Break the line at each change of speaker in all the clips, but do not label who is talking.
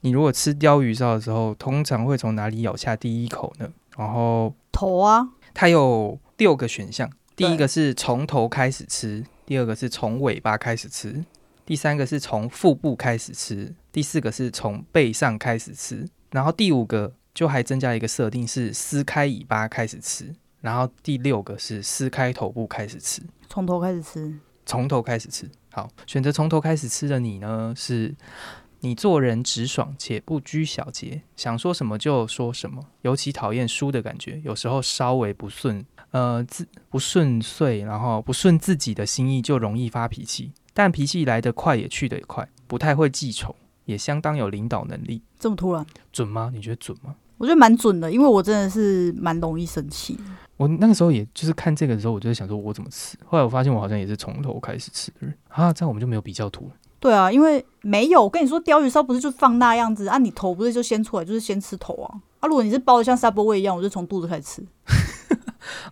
你如果吃鲷鱼烧的时候，通常会从哪里咬下第一口呢？然后
头啊，
它有六个选项，第一
对
个是从头开始吃，第二个是从尾巴开始吃，第三个是从腹部开始吃，第四个是从背上开始吃，然后第五个就还增加了一个设定是撕开尾巴开始吃，然后第六个是撕开头部开始吃。
从头开始吃。
从头开始吃。好，选择从头开始吃的你呢，是你做人直爽且不拘小节，想说什么就说什么，尤其讨厌输的感觉，有时候稍微不顺，呃，自不顺遂，然后不顺自己的心意就容易发脾气，但脾气来得快也去得也快，不太会记仇，也相当有领导能力，
这么突然，
准吗？你觉得准吗？
我觉得蛮准的，因为我真的是蛮容易生气的。
我那个时候也就是看这个的时候，我就在想说，我怎么吃？后来我发现我好像也是从头开始吃的人啊，这样我们就没有比较图了。
对啊，因为没有，我跟你说，鲷鱼烧不是就放那样子啊？你头不是就先出来，就是先吃头啊？啊，如果你是包的像沙波味一样，我就从肚子开始吃。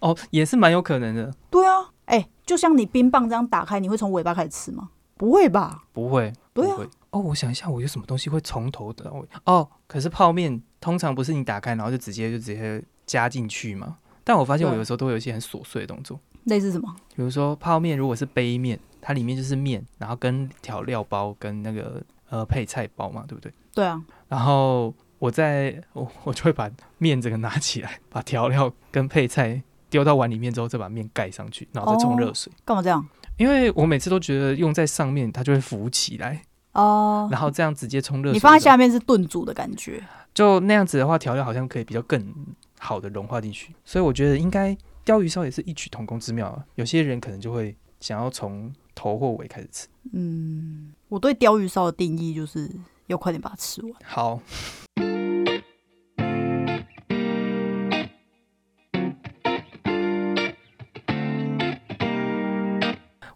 哦，也是蛮有可能的。
对啊，哎、就像你冰棒这样打开，你会从尾巴开始吃吗？不会吧？
不会，
对
不
啊
会，。哦，我想一下，我有什么东西会从头到尾？哦，可是泡面通常不是你打开然后就直接就直接加进去嘛？但我发现我
对
有时候都会有一些很琐碎的动作，
类似什么？
比如说泡面如果是杯面，它里面就是面，然后跟调料包跟那个呃配菜包嘛，对不对？
对啊，
然后我在我我就会把面这个拿起来，把调料跟配菜丢到碗里面之后，再把面盖上去，然后再冲
哦
热水，
干嘛这样？
因为我每次都觉得用在上面它就会浮起来。
哦、
然后这样直接冲热水，
你放在下面是炖煮的感觉，
就那样子的话，调料好像可以比较更好的融化进去，所以我觉得应该鲷鱼烧也是异曲同工之妙啊。有些人可能就会想要从头或尾开始吃。
嗯，我对鲷鱼烧的定义就是要快点把它吃完。
好，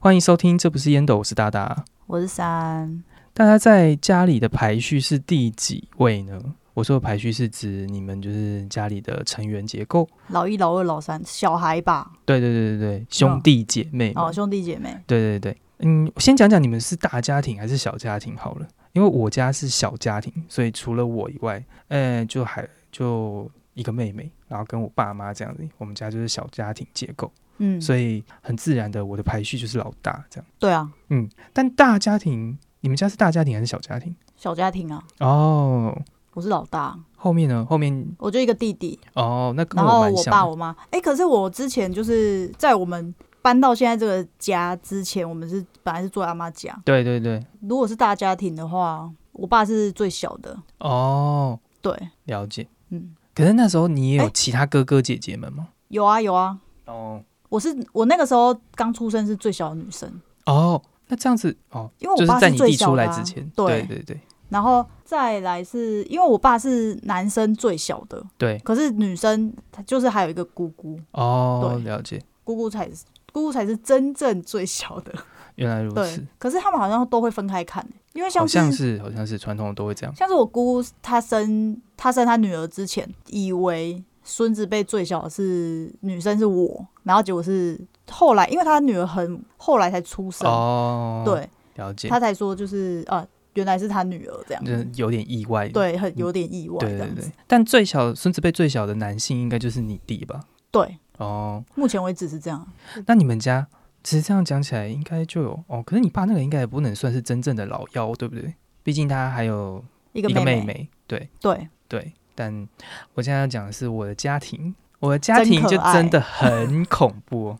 欢迎收听，这不是烟斗，我是大大。
我是三，
大家在家里的排序是第几位呢？我说的排序是指你们就是家里的成员结构。
老一、老二、老三，小孩吧，
对对对对对，兄弟姐妹嘛。
哦，兄弟姐妹，
对对对，嗯，先讲讲你们是大家庭还是小家庭好了，因为我家是小家庭，所以除了我以外，呃，就还就一个妹妹，然后跟我爸妈这样子，我们家就是小家庭结构，
嗯，
所以很自然的我的排序就是老大这样。
对啊，
嗯，但大家庭，你们家是大家庭还是小家庭？
小家庭啊，
哦，
我是老大，
后面呢？后面
我就一个弟弟，
哦，那跟
然后
蛮
我
像
爸
的。
我妈，哎、可是我之前就是在我们搬到现在这个家之前，我们是本来是住在阿妈家。
对对对，
如果是大家庭的话，我爸是最小的，
哦，
对，
了解。
嗯，
可是那时候你也有
哎
其他哥哥姐姐们吗？
有啊有啊，
哦
我是我那个时候刚出生是最小的女生，
哦，那这样子哦，
因为
就是
我爸
在你
最
弟
小
出
的、
来
啊
之前，
对
对对
然后再来是因为我爸是男生最小的，
对，
可是女生她就是还有一个姑姑，
哦，
对
了解，
姑姑才是姑姑才是真正最小 的，
原来如
对
此，。
可是他们好像都会分开看、因为
好
像是
像是好像是传统的都会这样，
像是我姑姑她生她生她女儿之前，以为孙子辈最小的是女生是我，然后结果是后来，因为她女儿很后来才出生，
哦，，
对
了解，
她才说就是啊，原来是她女儿这样子，
嗯，有点意外，
对，很有点意外
对
这
对
样子
对，，但最小孙子辈最小的男性应该就是你弟吧？
对，
哦，
目前为止是这样，
那你们家其实这样讲起来，应该就有哦，可是你爸那个应该也不能算是真正的老幺，对不对？毕竟他还有
一个
一
妹
个妹妹，对，
对，
对，但我现在要讲的是我的家庭，我的家
真
庭
可
就
爱
真的很恐怖 哦，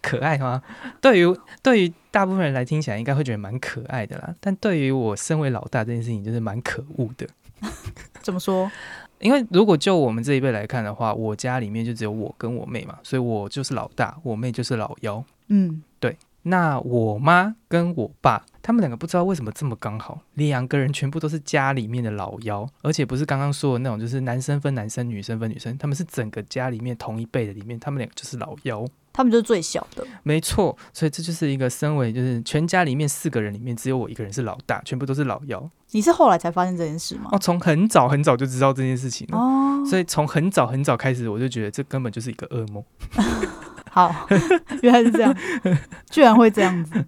可爱吗？对于对于大部分人来听起来，应该会觉得蛮可爱的啦。但对于我身为老大这件事情，就是蛮可恶的。
怎么说？
因为如果就我们这一辈来看的话，我家里面就只有我跟我妹嘛，所以我就是老大，我妹就是老幺。
嗯，
那我妈跟我爸，他们两个不知道为什么这么刚好，两个人全部都是家里面的老幺，而且不是刚刚说的那种，就是男生分男生，女生分女生，他们是整个家里面同一辈的里面，他们两个就是老幺，
他们就是最小的，
没错。所以这就是一个身为就是全家里面四个人里面只有我一个人是老大，全部都是老幺。
你是后来才发现这件事吗
哦，？从很早很早就知道这件事情了，
哦，
所以从很早很早开始，我就觉得这根本就是一个噩梦。
好， 原来是这样，居然会这样子，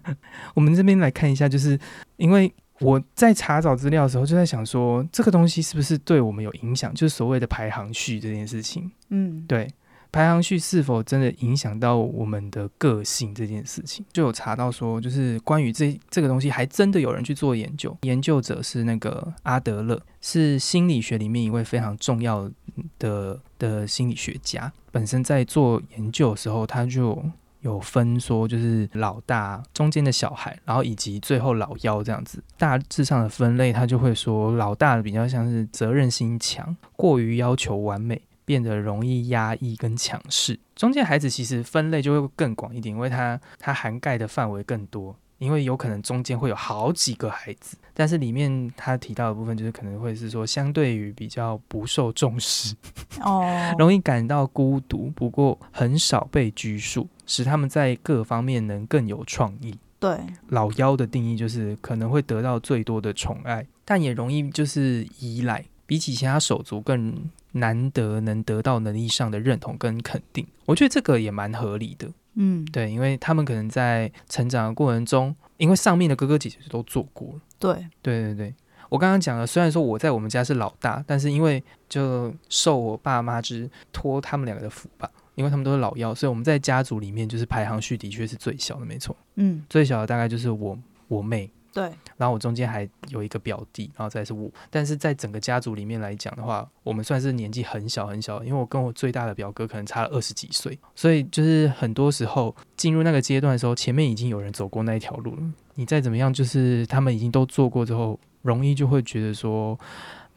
我们这边来看一下，就是因为我在查找资料的时候就在想说，这个东西是不是对我们有影响？就是所谓的排行序这件事情，
嗯，
对。排行序是否真的影响到我们的个性这件事情，就有查到说，就是关于这这个东西，还真的有人去做研究。研究者是那个阿德勒，是心理学里面一位非常重要的的心理学家。本身在做研究的时候，他就有分说，就是老大、中间的小孩，然后以及最后老幺这样子。大致上的分类，他就会说，老大比较像是责任心强，过于要求完美。变得容易压抑跟强势。中间孩子其实分类就会更广一点，因为它它涵盖的范围更多，因为有可能中间会有好几个孩子，但是里面他提到的部分就是可能会是说，相对于比较不受重视，
哦，
容易感到孤独，不过很少被拘束，使他们在各方面能更有创意。
对，
老幺的定义就是可能会得到最多的宠爱，但也容易就是依赖，比起其他手足更难得能得到能力上的认同跟肯定。我觉得这个也蛮合理的，
嗯，
对，因为他们可能在成长的过程中，因为上面的哥哥姐姐都做过了，
对，
对对对。我刚刚讲了，虽然说我在我们家是老大，但是因为就受我爸妈之托他们两个的福吧，因为他们都是老幺，所以我们在家族里面就是排行序的确是最小的，没错。
嗯，
最小的大概就是我我妹，
对，
然后我中间还有一个表弟，然后再是我。但是在整个家族里面来讲的话，我们算是年纪很小很小，因为我跟我最大的表哥可能差了二十几岁，所以就是很多时候进入那个阶段的时候，前面已经有人走过那一条路了。你再怎么样，就是他们已经都做过之后，容易就会觉得说，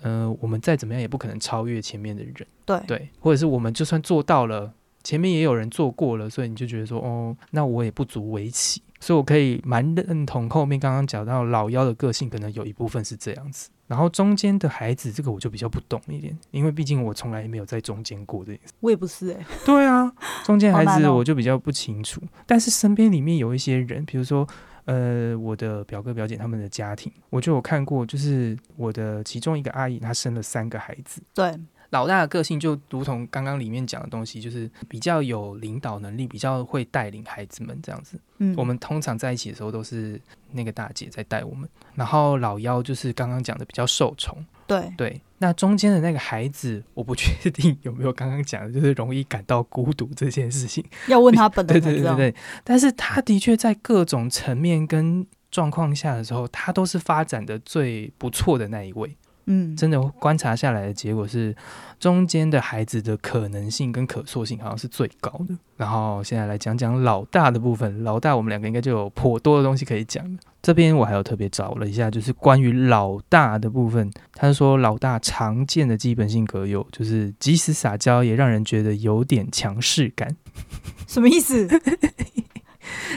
呃，我们再怎么样也不可能超越前面的人。
对，
对，或者是我们就算做到了，前面也有人做过了，所以你就觉得说，哦，那我也不足为奇，所以我可以蛮认同后面刚刚讲到老幺的个性，可能有一部分是这样子。然后中间的孩子，这个我就比较不懂一点，因为毕竟我从来没有在中间过这件事。
我也不是哎、
对啊，中间
好
孩
难
子
哦
我就比较不清楚，但是身边里面有一些人，比如说。呃，我的表哥表姐他们的家庭，我就有看过，就是我的其中一个阿姨，她生了三个孩子，
对，
老大的个性就如同刚刚里面讲的东西，就是比较有领导能力，比较会带领孩子们这样子。
嗯，
我们通常在一起的时候都是那个大姐在带我们，然后老幺就是刚刚讲的比较受宠。
对，
对，那中间的那个孩子，我不确定有没有刚刚讲的，就是容易感到孤独这件事 情。
要问他本
对
人才
对
知
对
道，
对，但是他的确在各种层面跟状况下的时候，他都是发展的最不错的那一位。
嗯，
真的观察下来的结果是，中间的孩子的可能性跟可塑性好像是最高的。然后现在来讲讲老大的部分，老大我们两个应该就有颇多的东西可以讲了。这边我还有特别找了一下，就是关于老大的部分，他说老大常见的基本性格有，就是即使撒娇也让人觉得有点强势感。
什么意 思？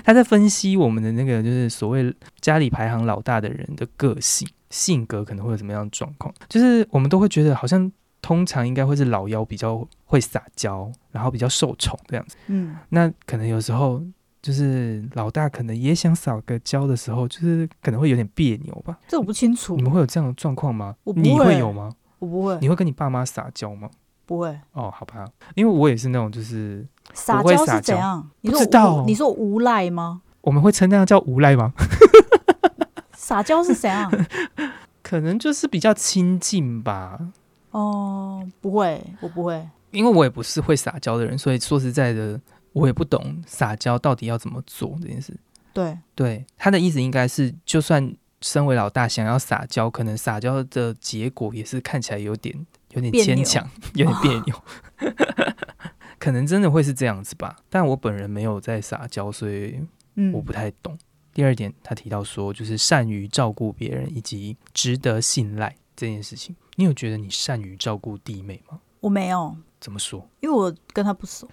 他在分析我们的那个就是所谓家里排行老大的人的个性、性格可能会有什么样的状况，就是我们都会觉得好像通常应该会是老幺比较会撒娇，然后比较受宠这样子。
嗯，
那可能有时候就是老大可能也想撒个娇的时候，就是可能会有点别扭吧。
这我不清楚
你，们会有这样的状况吗？
我不
你
会
会有吗？
我不会，
你会跟你爸妈撒娇吗？
不会。
哦，好吧，因为我也是那种就是
撒
会
娇
撒
是怎
娇
样？你
不
说
知道
无你说无赖吗？
我们会称那样叫无赖吗？
撒娇是怎样？
可能就是比较亲近吧，
哦，不会，我不会。
因为我也不是会撒娇的人，所以说实在的，我也不懂撒娇到底要怎么做这件事。
对，
对他的意思应该是，就算身为老大想要撒娇，可能撒娇的结果也是看起来有点有点
别扭
牵强，有点别扭， 可能真的会是这样子吧。但我本人没有在撒娇，所以
嗯，
我不太懂。第二点，他提到说，就是善于照顾别人以及值得信赖这件事情。你有觉得你善于照顾弟妹吗？
我没有，
怎么说？
因为我跟他不 熟，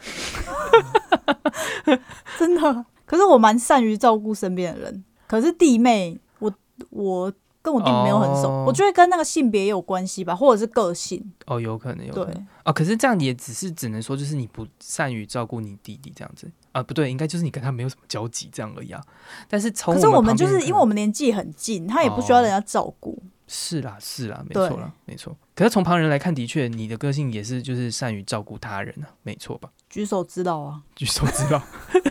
真的。可是我蛮善于照顾身边的人，可是弟妹，我我跟我弟没有很熟，
哦
我觉得跟那个性别也有关系吧，或者是个性。
哦，有可能，有可能。
对，
啊，可是这样也只是只能说，就是你不善于照顾你弟弟这样子啊，不对，应该就是你跟他没有什么交集这样而已啊。但是从
可是我们
旁
就
边哦
是
可
因为
能
我们年纪很近，他也不需要人家照顾。
是啦是啦，没
对
错啦没错。可是从旁人来看，的确你的个性也是就是善于照顾他人啊，没错吧？
举手知道啊，
举手知道，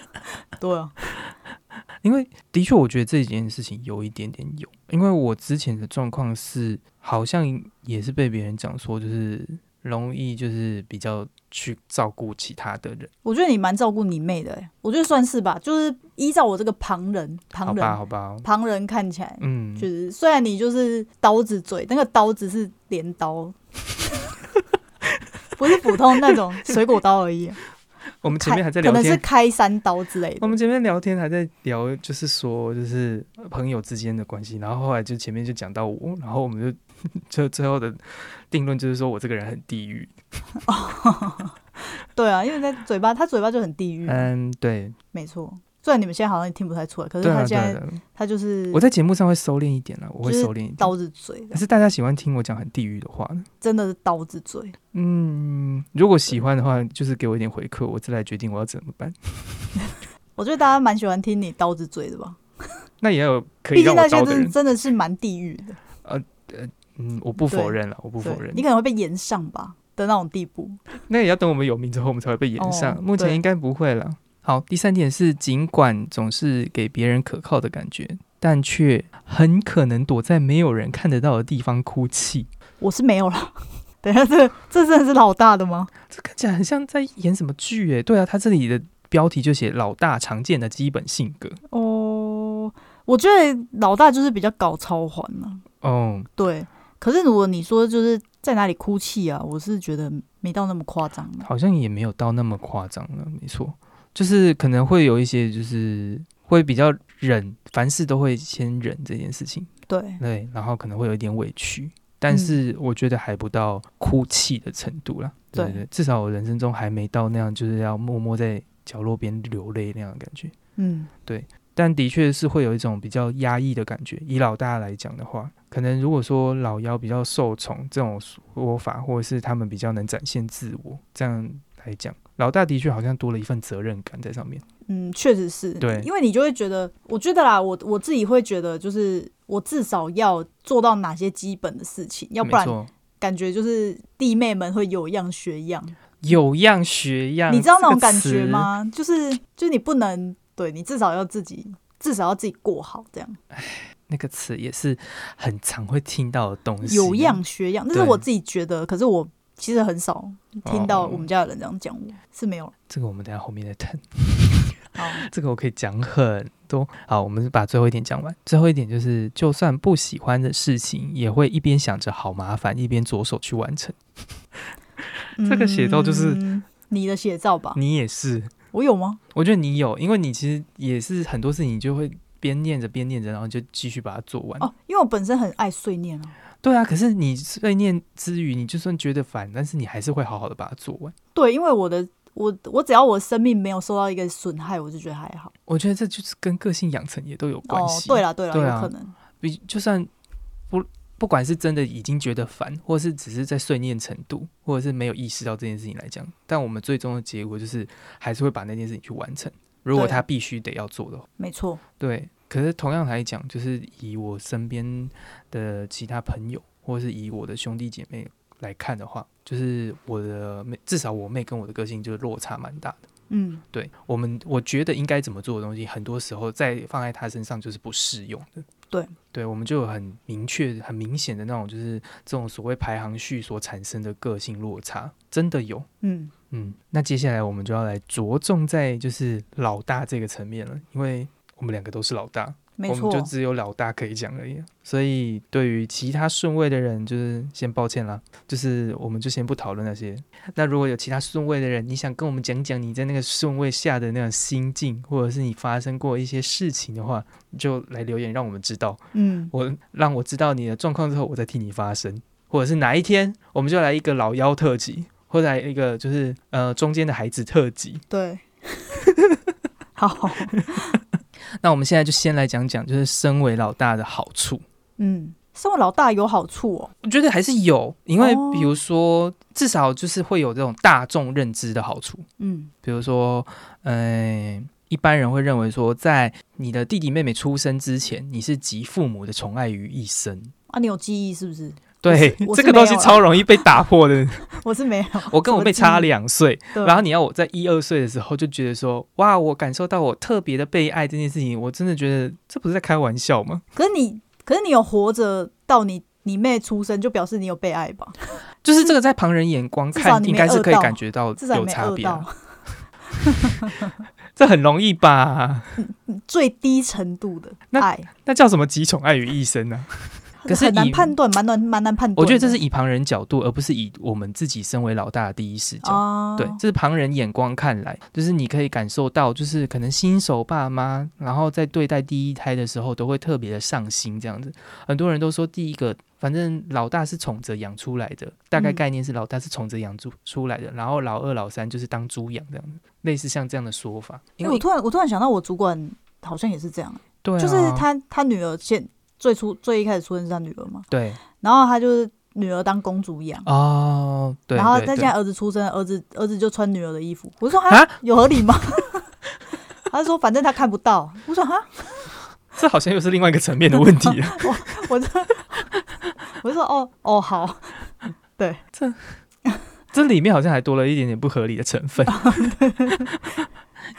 对啊，
因为的确我觉得这件事情有一点点有，因为我之前的状况是，好像也是被别人讲说，就是容易就是比较去照顾其他的人。
我觉得你蛮照顾你妹的、欸，我觉得算是吧，就是依照我这个旁人，
好
旁
吧，
人，
好吧，
旁人看起来，
嗯，
就是虽然你就是刀子嘴，那个刀子是镰刀， 不是普通那种水果刀而已、
我们前
开
面还 在
可
聊
能是
天，哦
开山刀之类
我
的。
们前面聊天还在聊，就是说就是朋友之间的关系，然后后来就前面就讲到我，然后我们就 就最后的定论就是说我这个人很地狱。
对啊，因为在嘴巴，他嘴巴就很地狱，
嗯，对，
没错。虽然你们现在好像也听不太出来，可是
对
他
啊，
现
对啊，
在、
对啊
他就是
我在节目上会收敛一点啦，啊我会
就是
收敛一点。
刀子嘴，
但是大家喜欢听我讲很地狱的话呢？
真的是刀子嘴。
嗯，如果喜欢的话，就是给我一点回馈，我再来决定我要怎么办。
我觉得大家蛮喜欢听你刀子嘴的吧，
那也有可以
毕竟
让我
那些
刀的
真
人，
真的是蛮地狱的，
嗯，我不否认了，我不否
对
认
你。可能会被延上吧的那种地步。
那也要等我们有名之后，我们才会被延上。
哦
目前
对
应该不会了。好，第三点是，尽管总是给别人可靠的感觉，但却很可能躲在没有人看得到的地方哭泣。
我是没有了。 等一下，这这真的是老大的吗？
这看起来很像在演什么剧诶、对啊，他这里的标题就写“老大常见的基本性格
哦，我觉得老大就是比较搞超环了、”。
哦，
对，可是如果你说就是在哪里哭泣啊，我是觉得没到那么夸张啊的。
好像也没有到那么夸张了，没错，就是可能会有一些，就是会比较忍，凡事都会先忍这件事情，
对，
对，然后可能会有一点委屈，
嗯
但是我觉得还不到哭泣的程度啦，对
对
对，至少我人生中还没到那样，就是要默默在角落边流泪那样的感觉，
嗯，
但的确是会有一种比较压抑的感觉。以老大来讲的话，可能如果说老幺比较受宠这种说法，或者是他们比较能展现自我，这样来讲，老大的确好像多了一份责任感在上面。
嗯，确实是，
对
因为你就会觉得，我觉得啦，我我自己会觉得，就是我至少要做到哪些基本的事情，要不
没
然
错
感觉就是弟妹们会有样学样，
有样学样，
你知道那
这
种
个
感
词
觉？吗？就是就是你不能，对你至少要自己，至少要自己过好这样，
那个词也是很常会听到的东西。
有样学样，这是
对
我自己觉得，可是我其实很少听到
哦
我们家的人这样讲我，是没有了。
这个我们等一下后面再谈。
好，
这个我可以讲很多。好，我们把最后一点讲完。最后一点就是，就算不喜欢的事情，也会一边想着好麻烦，一边着手去完成。 这个写照就是嗯
嗯你的写照吧？
你也是，
我有吗？
我觉得你有，因为你其实也是很多事情，你就会边念着边念着，然后就继续把它做完。
哦，因为我本身很爱碎念啊。
对啊，可是你碎念之余，你就算觉得烦，但是你还是会好好的把它做完。
对，因为我的我我只要我生命没有受到一个损害，我就觉得还好。
我觉得这就是跟个性养成也都有关
哦，
系。
对啦对啦，
对啊
有可能。
比就算不不管是真的已经觉得烦，或是只是在碎念程度，或者是没有意识到这件事情来讲，但我们最终的结果就是还是会把那件事情去完成。如果
对
他必须得要做的话，
没错，
对。可是同样来讲，就是以我身边的其他朋友，或是以我的兄弟姐妹来看的话，就是我的妹，至少我妹跟我的个性就是落差蛮大的。
嗯，
对我们，我觉得应该怎么做的东西，很多时候在放在他身上就是不适用的。
对，
对，我们就有很明确、很明显的那种，就是这种所谓排行序所产生的个性落差，真的有。
嗯，
嗯，那接下来我们就要来着重在就是老大这个层面了，因为我们两个都是老大，
没
我们
错
就，只有老大可以讲而已啊。所以对于其他顺位的人，就是先抱歉啦，就是我们就先不讨论那些。那如果有其他顺位的人，你想跟我们讲讲你在那个顺位下的那种心境，或者是你发生过一些事情的话，你就来留言让我们知道。
嗯，
我让我知道你的状况之后，我再替你发声，或者是哪一天我们就来一个老妖特辑，或者来一个就是呃中间的孩子特辑。
对。好，
那我们现在就先来讲讲，就是身为老大的好处。
嗯，身为老大有好处哦。
我觉得还是有，因为
哦
比如说，至少就是会有这种大众认知的好处。
嗯，
比如说，嗯、一般人会认为说，在你的弟弟妹妹出生之前，你是集父母的宠爱于一身。
啊，你有记忆是不是？
对
我是，我是
这个东
没
西
有啊
超容易被打破 的。
我是没有。
我跟我妹差两岁，
对
然后你要我在一二岁的时候就觉得说，哇，我感受到我特别的被爱这件事情，我真的觉得这不是在开玩笑吗？
可是你，可是你有活着到你你妹出生，就表示你有被爱吧？
就是这个在旁人眼光
至少
看，
你
应
没
该是可以
饿到
感觉到
至少你
有
没
差
饿
别啊、
到
这很容易吧？
最低程度的
那
爱，
那叫什么几宠爱于一身 呢、可是
很难
以
判断，蛮难蛮难判断的。
我觉得这是以旁人角度，而不是以我们自己身为老大的第一视角。
啊，
对，这是旁人眼光看来，就是你可以感受到，就是可能新手爸妈，然后在对待第一胎的时候，都会特别的上心这样子。很多人都说，第一个，反正老大是宠着养出来的，大概
嗯
概念是老大是宠着养出出来的，然后老二、老三就是当猪养这样子，类似像这样的说法。因
因为
为
我突然我突然想到，我主管好像也是这样，
对、啊，
就是他他女儿现最初最一开始出生是他女儿嘛，
对
然后他就是女儿当公主养。
哦，对，
然后
对
他现
对
在儿子出生，儿子儿子就穿女儿的衣服。我就说啊
啊，
有合理吗？ 他就说反正他看不到。我说啊，
这好像又是另外一个层面的问题啊了。
我就我就说哦哦好，
这里面好像还多了一点点不合理的成分。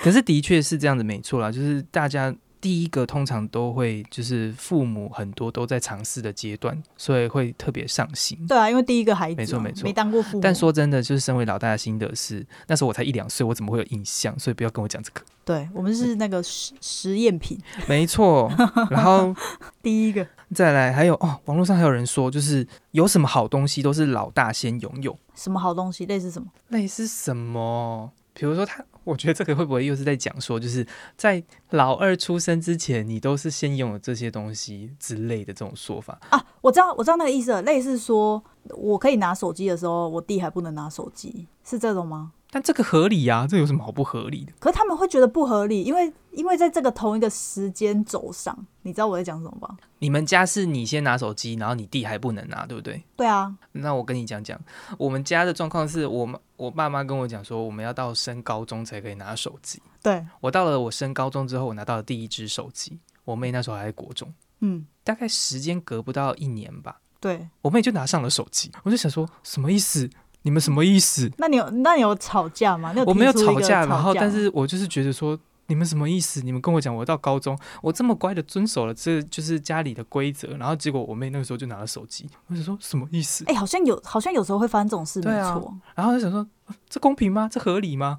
可是的确是这样子，没错啦，就是大家。第一个通常都会就是父母很多都在尝试的阶段，所以会特别上心。
对啊，因为第一个孩子嘛
没错没错
没当过父母，
但说真的，就是身为老大的心得是，那时候我才一两岁，我怎么会有印象？所以不要跟我讲这个。
对我们是那个实实验品，
没错，然后
第一个
再来还有哦，网络上还有人说，就是有什么好东西都是老大先拥有，
什么好东西，类似什么
类似什么？比如说他，我觉得这个会不会又是在讲说，就是在老二出生之前，你都是先拥有这些东西之类的这种说法？
啊？我知道我知道那个意思了，类似说我可以拿手机的时候，我弟还不能拿手机，是这种吗？
但这个合理啊，这有什么好不合理的？
可是他们会觉得不合理，因为因为在这个同一个时间轴上，你知道我在讲什么吧？
你们家是你先拿手机，然后你弟还不能拿，对不对？
对啊，
那我跟你讲讲，我们家的状况是我妈我爸妈跟我讲说，我们要到升高中才可以拿手机。
对，
我到了我升高中之后，我拿到了第一只手机，我妹那时候还在国中，
嗯，
大概时间隔不到一年吧。
对。
我妹就拿上了手机，我就想说什么意思？你们什么意思？
那你有那你有吵架吗？你有
我
提
没有
出一
吵
个
架，然后
吗
但是我就是觉得说。你们什么意思？你们跟我讲，我到高中，我这么乖的遵守了这就是家里的规则，然后结果我妹那个时候就拿了手机，我想说什么意思？
哎、好像有好像有时候会发生这种事，没
对啊
错，
然后就想说啊这公平吗？这合理吗？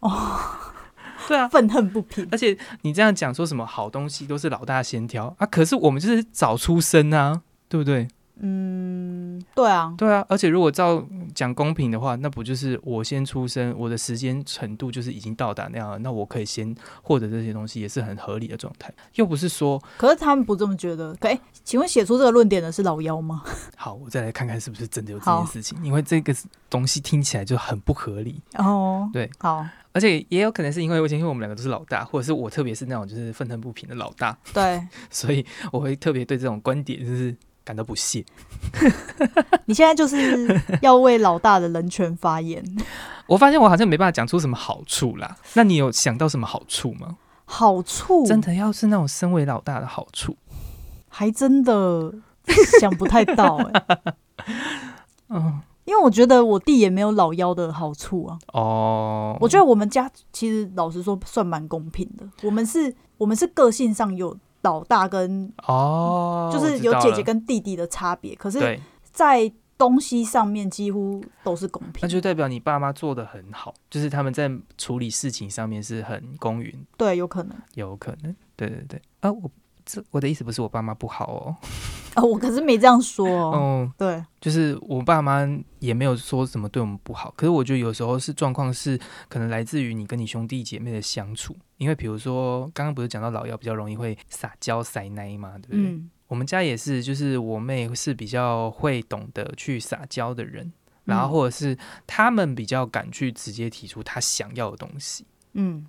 哦， 对啊，
愤恨不平。
而且你这样讲说什么好东西都是老大先挑啊，可是我们就是早出生啊，对不对？
嗯，对啊，
对啊，而且如果照讲公平的话，那不就是我先出生，我的时间程度就是已经到达那样了，那我可以先获得这些东西，也是很合理的状态。又不是说，
可是他们不这么觉得。可哎、请问写出这个论点的是老妖吗？
好，我再来看看是不是真的有这
好
件事情，因为这个东西听起来就很不合理。
哦，
对，
好，
而且也有可能是因为我因为我们两个都是老大，或者是我特别是那种就是愤恨不平的老大，
对
所以我会特别对这种观点就是感到不屑。
你现 在就是要为老大的人权发言。
我发现我好像没办法讲出什么好处啦，那你有想到什么好处吗？
好处
真的要是那种身为老大的好处。
还真的想不太到 哎、
嗯，
因为我觉得我弟也没有老妖的好处啊。
哦，
我觉得我们家其实老实说算蛮公平的，我们是，我们是个性上有老大跟
得哦，
嗯就是
我知
有
道
姐姐
了
跟弟弟的差别，可是，
对，
在东西上面几乎都是公
那啊
平。
就代表你爸妈做的很好，就是他们在处理事情上面是很公允，
对，有可能啊、
有可能，对对对，啊，我这我的意思不是我爸妈不好哦，
我可是没这样说哦。
嗯，
对，
就是我爸妈也没有说什么对我们不好，可是我觉得有时候是状况是可能来自于你跟你兄弟姐妹的相处，因为比如说刚刚不是讲到老幺比较容易会撒娇塞奶嘛，对不对？
嗯，
我们家也是，就是我妹是比较会懂得去撒娇的人，然后
嗯
或者是他们比较敢去直接提出他想要的东西，
嗯，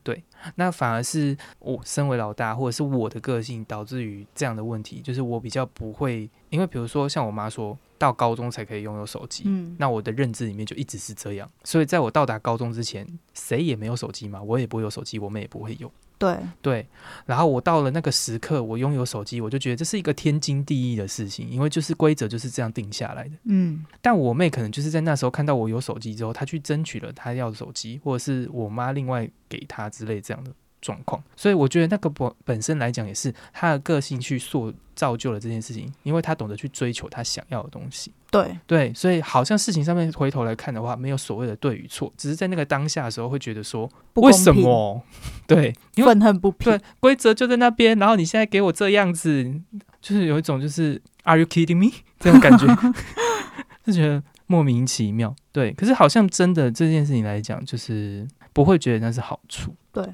那反而是我身为老大，或者是我的个性导致于这样的问题，就是我比较不会，因为比如说像我妈说到高中才可以拥有手机，
嗯，
那我的认知里面就一直是这样，所以在我到达高中之前，谁也没有手机嘛，我也不会有手机，我们也不会有。
对，
对，然后我到了那个时刻，我拥有手机，我就觉得这是一个天经地义的事情，因为就是规则就是这样定下来的。
嗯，
但我妹可能就是在那时候看到我有手机之后，她去争取了她要的手机，或者是我妈另外给她之类这样的状况。所以我觉得那个本本身来讲，也是他的个性去塑造就了这件事情，因为他懂得去追求他想要的东西。
对，
对，所以好像事情上面回头来看的话，没有所谓的对与错，只是在那个当下的时候会觉得说，
不
为
公
什
平
么？ 对，因为
愤恨不平
对，规则就在那边，然后你现在给我这样子，就是有一种就是 Are you kidding me 这种感觉，就觉得莫名其妙。对，可是好像真的这件事情来讲，就是不会觉得那是好处。
对，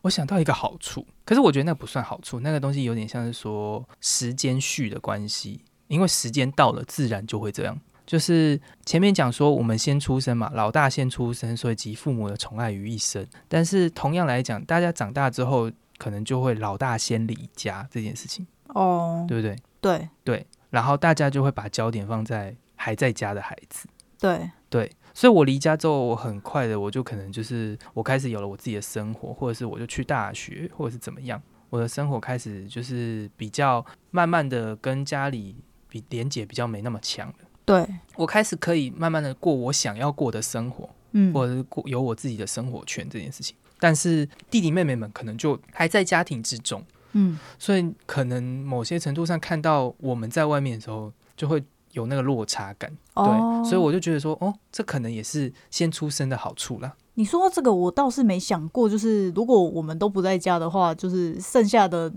我想到一个好处，可是我觉得那不算好处，那个东西有点像是说时间序的关系，因为时间到了，自然就会这样。就是前面讲说，我们先出生嘛，老大先出生，所以集父母的宠爱于一身。但是同样来讲，大家长大之后，可能就会老大先离家这件事情，
哦，
对不对？
对
对，然后大家就会把焦点放在还在家的孩子。
对
对，所以我离家之后，我很快的，我就可能就是我开始有了我自己的生活，或者是我就去大学，或者是怎么样，我的生活开始就是比较慢慢的跟家里比连结比较没那么强了。
对，
我开始可以慢慢的过我想要过的生活，
嗯，
或者是过有我自己的生活圈这件事情。但是弟弟妹妹们可能就还在家庭之中，
嗯，
所以可能某些程度上看到我们在外面的时候，就会有那个落差感。对，
哦，
所以我就觉得说，哦，这可能也是先出生的好处啦。
你说到这个，我倒是没想过，就是如果我们都不在家的话，就是剩下的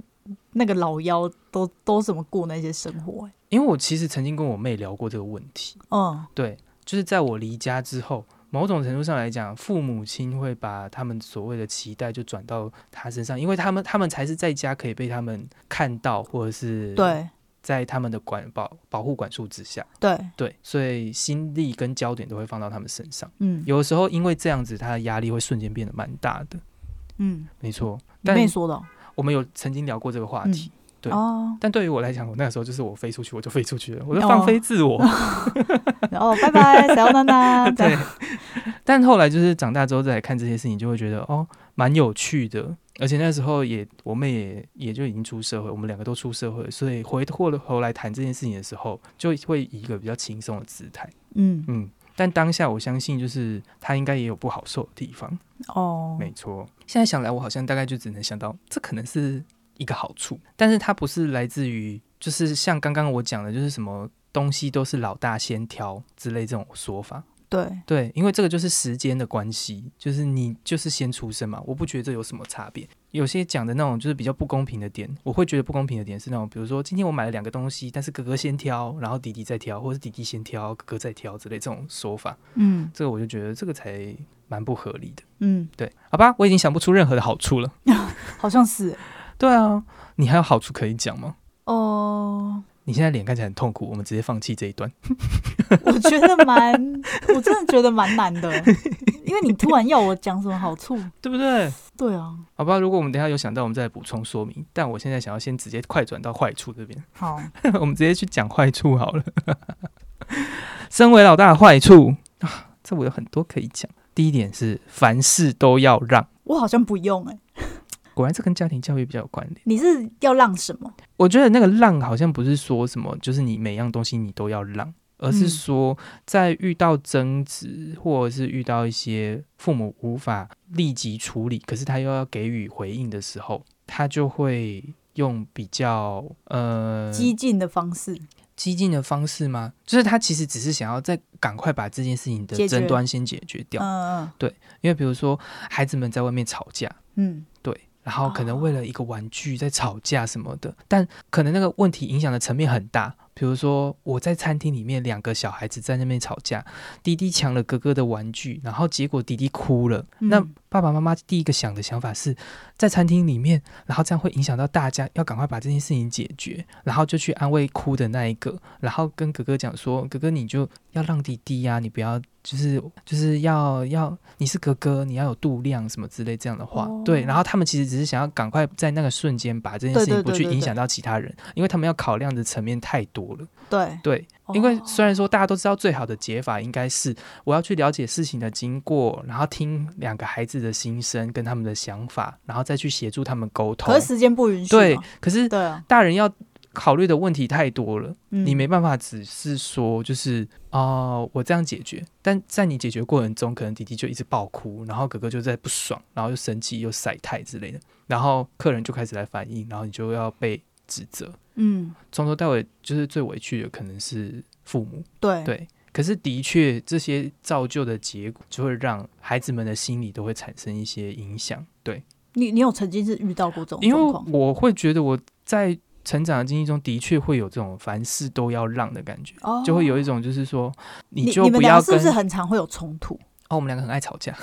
那个老幺都都怎么过那些生活、欸？
因为我其实曾经跟我妹聊过这个问题，
嗯，
对，就是在我离家之后，某种程度上来讲，父母亲会把他们所谓的期待就转到他身上，因为他们他们才是在家可以被他们看到，或者是
对
在他们的管保保护管束之下，
对，
对，所以心力跟焦点都会放到他们身上。
嗯
有的时候因为这样子，他的压力会瞬间变得蛮大的，
嗯，
没错。
你
但
妹说的哦、
我们有曾经聊过这个话
嗯
题，对
哦，
但对于我来讲，我那个时候就是我飞出去，我就飞出去了，我就放飞自我。
然后哦拜拜， 小娜娜，这
哦对
样，
但后来就是长大之后再来看这些事情，就会觉得哦，蛮有趣的。而且那时候也，我妹也也就已经出社会，我们两个都出社会，所以回过头来谈这件事情的时候，就会以一个比较轻松的姿态。
嗯
嗯，但当下我相信，就是她应该也有不好受的地方。
哦，
没错，现在想来，我好像大概就只能想到，这可能是一个好处，但是它不是来自于，就是像刚刚我讲的，就是什么东西都是老大先挑之类这种说法。
对
对，因为这个就是时间的关系，就是你就是先出生嘛，我不觉得这有什么差别。有些讲的那种就是比较不公平的点，我会觉得不公平的点是那种，比如说今天我买了两个东西，但是哥哥先挑，然后弟弟再挑，或者是弟弟先挑，哥哥再挑之类这种说法，
嗯
这个我就觉得这个才蛮不合理的。
嗯，
对，好吧，我已经想不出任何的好处了。
好像是欸
对啊，你还有好处可以讲吗？
哦、
你现在脸看起来很痛苦，我们直接放弃这一段。
我觉得 蛮，我真的觉得蛮难的，因为你突然要我讲什么好处，
对不对？
对啊，
好吧，如果我们等一下有想到，我们再来补充说明。但我现在想要先直接快转到坏处这边，
好，
我们直接去讲坏处好了。 身为老大的坏处啊，这我有很多可以讲。第一点是凡事都要让，
我好像不用哎、
果然这跟家庭教育比较有关联。
你是要让什么？
我觉得那个让好像不是说什么，就是你每样东西你都要让，而
嗯
是说在遇到争执或者是遇到一些父母无法立即处理，可是他又要给予回应的时候，他就会用比较呃
激进的方式，
激进的方式吗？就是他其实只是想要再赶快把这件事情的
解决
争端先解决掉，
嗯
因为比如说孩子们在外面吵架，
嗯
对，然后可能为了一个玩具在吵架什么的，但可能那个问题影响的层面很大。比如说，我在餐厅里面，两个小孩子在那边吵架，弟弟抢了哥哥的玩具，然后结果弟弟哭了。
嗯
那爸爸妈妈第一个想的想法是在餐厅里面，然后这样会影响到大家，要赶快把这件事情解决，然后就去安慰哭的那一个，然后跟哥哥讲说：“哥哥，你就要让弟弟呀、你不要就是就是要要你是哥哥，你要有度量什么之类这样的话。
哦
对，然后他们其实只是想要赶快在那个瞬间把这件事
对
情
对
不
对
去
对
影
对
响到其他人，因为他们要考量的层面太多了。
对，
对，因为
哦
虽然说大家都知道最好的解法应该是我要去了解事情的经过，然后听两个孩子的心声跟他们的想法，然后再去协助他们沟通
可是。时间不允许嘛，
对，可是
对啊，
大人要考虑的问题太多了，
嗯
你没办法只是说就是哦，我这样解决，但在你解决过程中，可能弟弟就一直爆哭，然后哥哥就在不爽，然后又生气又晒太之类的，然后客人就开始来反应，然后你就要被指责，
嗯，
从头到尾就是最委屈的可能是父母，
对
对。可是的确，这些造就的结果就会让孩子们的心理都会产生一些影响，对。
你你有曾经是遇到过这种
因
状
为
况？
我会觉得我在成长的经历中的确会有这种凡事都要让的感觉，
哦
就会有一种就是说，
你
就
们
不
两
要
个是不
跟
是很常会有冲突？
哦，我们两个很爱吵架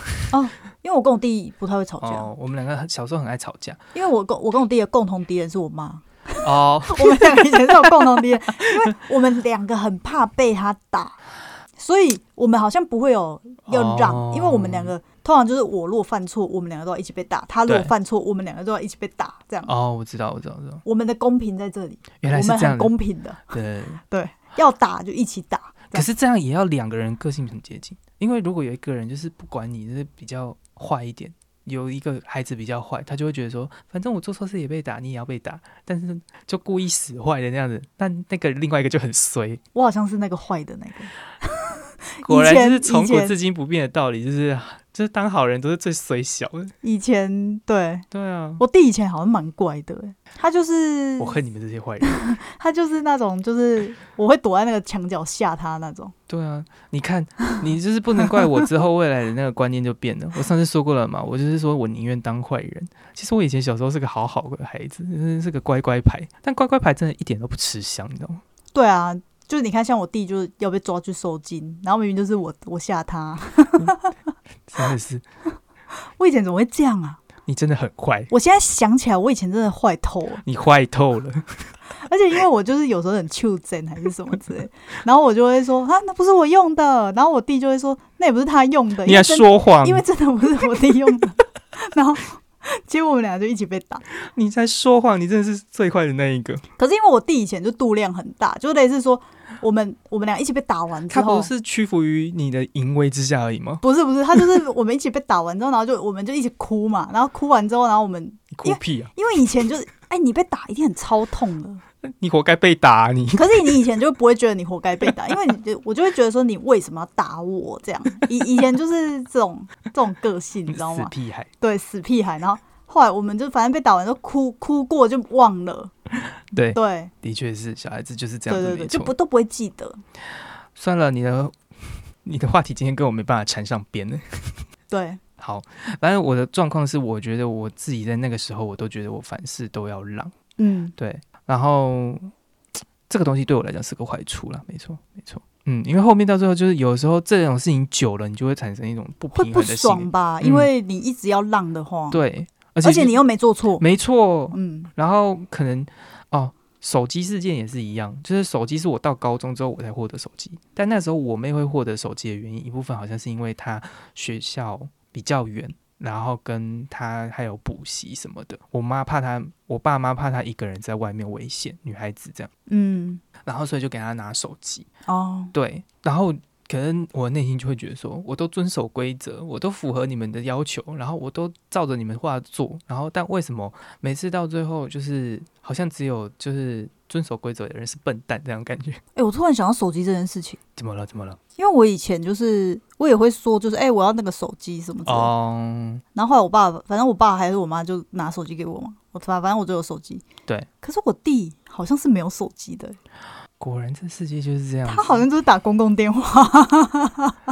因为我跟我弟不太会吵架，
哦，我们两个很小时候很爱吵架
因为我跟我跟我弟的共同敌人是我妈，
哦，
我们两个以前是有共同敌人，因为我们两个很怕被他打，所以我们好像不会有要让，
哦
因为我们两个通常就是我如果犯错，我们两个都要一起被打；他如果
对
犯错，我们两个都要一起被打，这样。
哦，我知道，我知道，我知道，
我们的公平在这里，
原来
我
是
们
这样
很
的，
公平的，
对。
要打就一起打。
可是这样也要两个人个性很接近，因为如果有一个人就是不管你，就是比较坏一点。有一个孩子比较坏，他就会觉得说，反正我做错事也被打，你也要被打，但是就故意使坏的那样子。但那个另外一个就很衰，
我好像是那个坏的那个，
果然
以前
就是从
以
古
前
至今不变的道理，就是就是当好人都是最虽小的。
以前对
对啊，
我弟以前好像蛮怪的、他就是
我恨你们这些坏人。
他就是那种就是我会躲在那个墙角吓他那种。
对啊，你看，你就是不能怪我之后未来的那个观念就变了。我上次说过了嘛，我就是说我宁愿当坏人。其实我以前小时候是个好好的孩子，真的是个乖乖牌，但乖乖牌真的一点都不吃香，你知道吗？
对啊，就是你看，像我弟就是要被抓去收金，然后明明就是我我吓他，
真的是，
我以前怎么会这样啊？
你真的很坏，
我现在想起来，我以前真的坏透了，
你坏透了。
而且因为我就是有时候很丘真还是什么之类，然后我就会说啊，那不是我用的，然后我弟就会说那也不是他用的，
你
呃因
还
为真
说谎，
因为真的不是我弟用的， 然后结果我们俩就一起被打。
你在说谎，你真的是最坏的那一个。
可是因为我弟以前就度量很大，就类似说我们我们俩一起被打完之
他
后
不。是屈服于你的淫威之下而已吗？
不是不是，他就是我们一起被打完之后，然后就我们就一起哭嘛，然后哭完之后，然后我们
你哭屁啊！
因为以前就是，哎，你被打一定很超痛的。
你活该被打、啊、你。
可是你以前就不会觉得你活该被打，因为你就我就会觉得说你为什么要打我 这样？以以前就是这种这种个性，你知道
死
吗？
屁孩，
对，死屁孩。然后后来我们就反正被打完就哭哭过就忘了，
对，
对
的确是小孩子就是这样
对
子，
对
没
对，就不
错。
都不会记得。
算了，你的 你的话题今天跟我没办法缠上边 呢。
对，
好，反正我的状况是，我觉得我自己在那个时候，我都觉得我凡事都要让，
嗯，
对，然后这个东西对我来讲是个坏处啦，没错，没错。嗯，因为后面到最后就是有时候这种事情久了，你就会产生一种不
会
平
不
衡的心
爽
理。
吧？
嗯
因为你一直要让的话，
对，而且
而且你又没做错，
没错，
嗯，
然后可能哦，手机事件也是一样，就是手机是我到高中之后我才获得手机，但那时候我妹会获得手机的原因，一部分好像是因为她学校比较远，然后跟她还有补习什么的，我妈怕她，我爸妈怕她一个人在外面危险，女孩子这样，
嗯，
然后所以就给她拿手机，
哦，
对，然后。可能我内心就会觉得说，我都遵守规则，我都符合你们的要求，然后我都照着你们话做，然后但为什么每次到最后就是好像只有就是遵守规则的人是笨蛋这样感觉？
哎，我突然想到手机这件事情。
怎么了？怎么了？
因为我以前就是我也会说，就是哎、我要那个手机什么之类的。
哦，
然后后来我爸，反正我爸还是我妈就拿手机给我嘛，我反反正我就有手机。
对。嗯
可是我弟好像是没有手机的，
果然这世界就是这样子。
他好像就是打公共电话。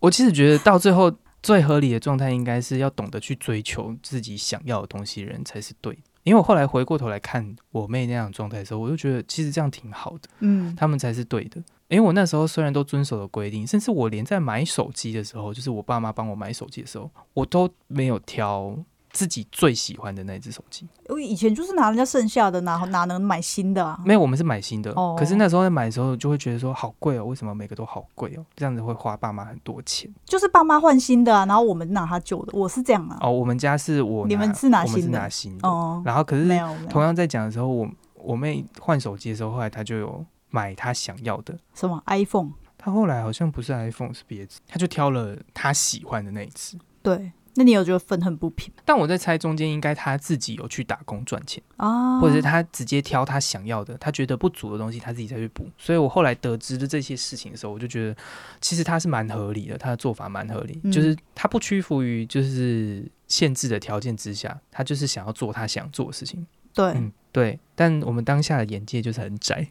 我其实觉得到最后最合理的状态应该是要懂得去追求自己想要的东西，人才是对的。因为我后来回过头来看我妹那样的状态的时候，我就觉得其实这样挺好的。
嗯，
他们才是对的。因为我那时候虽然都遵守了规定，甚至我连在买手机的时候，就是我爸妈帮我买手机的时候，我都没有挑自己最喜欢的那一只手机。
我以前就是拿人家剩下的，哪哪能买新的啊？
没有，我们是买新的。
哦
可是那时候在买的时候，就会觉得说好贵哦，为什么每个都好贵哦？这样子会花爸妈很多钱。
就是爸妈换新的啊，然后我们拿他旧的，我是这样啊。
哦，我们家是我拿
你们是拿
我们是
新的
拿新的。
哦，
然后可
没
是
有没
同
有
样在讲的时候，我我妹换手机的时候，后来她就有买她想要的。
什么 iPhone
她后来好像不是 iPhone，是别的，她就挑了她喜欢的那一只。
对。那你有觉得愤恨不平
但我在猜中间应该他自己有去打工赚钱，
啊？
或者是他直接挑他想要的，他觉得不足的东西他自己再去补。所以我后来得知的这些事情的时候，我就觉得其实他是蛮合理的，他的做法蛮合理，
嗯
就是他不屈服于就是限制的条件之下，他就是想要做他想做的事情。
对，嗯
嗯，对。但我们当下的眼界就是很窄。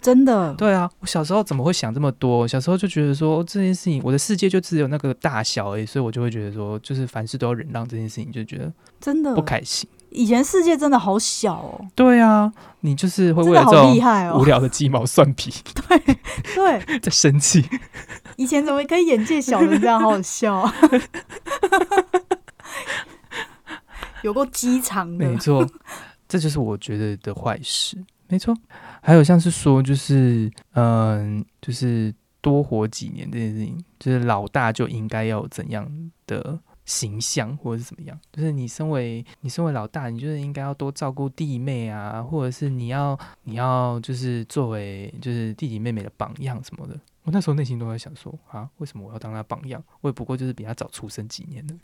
真的，
对啊，我小时候怎么会想这么多？小时候就觉得说哦这件事情，我的世界就只有那个大小而已，所以我就会觉得说，就是凡事都要忍让这件事情，就觉得
真的
不开心。
以前世界真的好小哦，
对啊，你就是会
真
为
的
了这
好厉
种
害
无
哦。
聊的鸡毛蒜皮
对，
在生气。
以前怎么可以眼界小成这样，好好笑、啊。有够机场的
没，错， 这就是我觉得的坏事。没错，还有像是说，就是嗯、就是多活几年这件事情，就是老大就应该要有怎样的形象，或者是怎么样？就是你身为你身为老大，你就是应该要多照顾弟妹啊，或者是你要你要就是作为就是弟弟妹妹的榜样什么的。我那时候内心都在想说啊，为什么我要当他榜样？我也不过就是比他早出生几年的。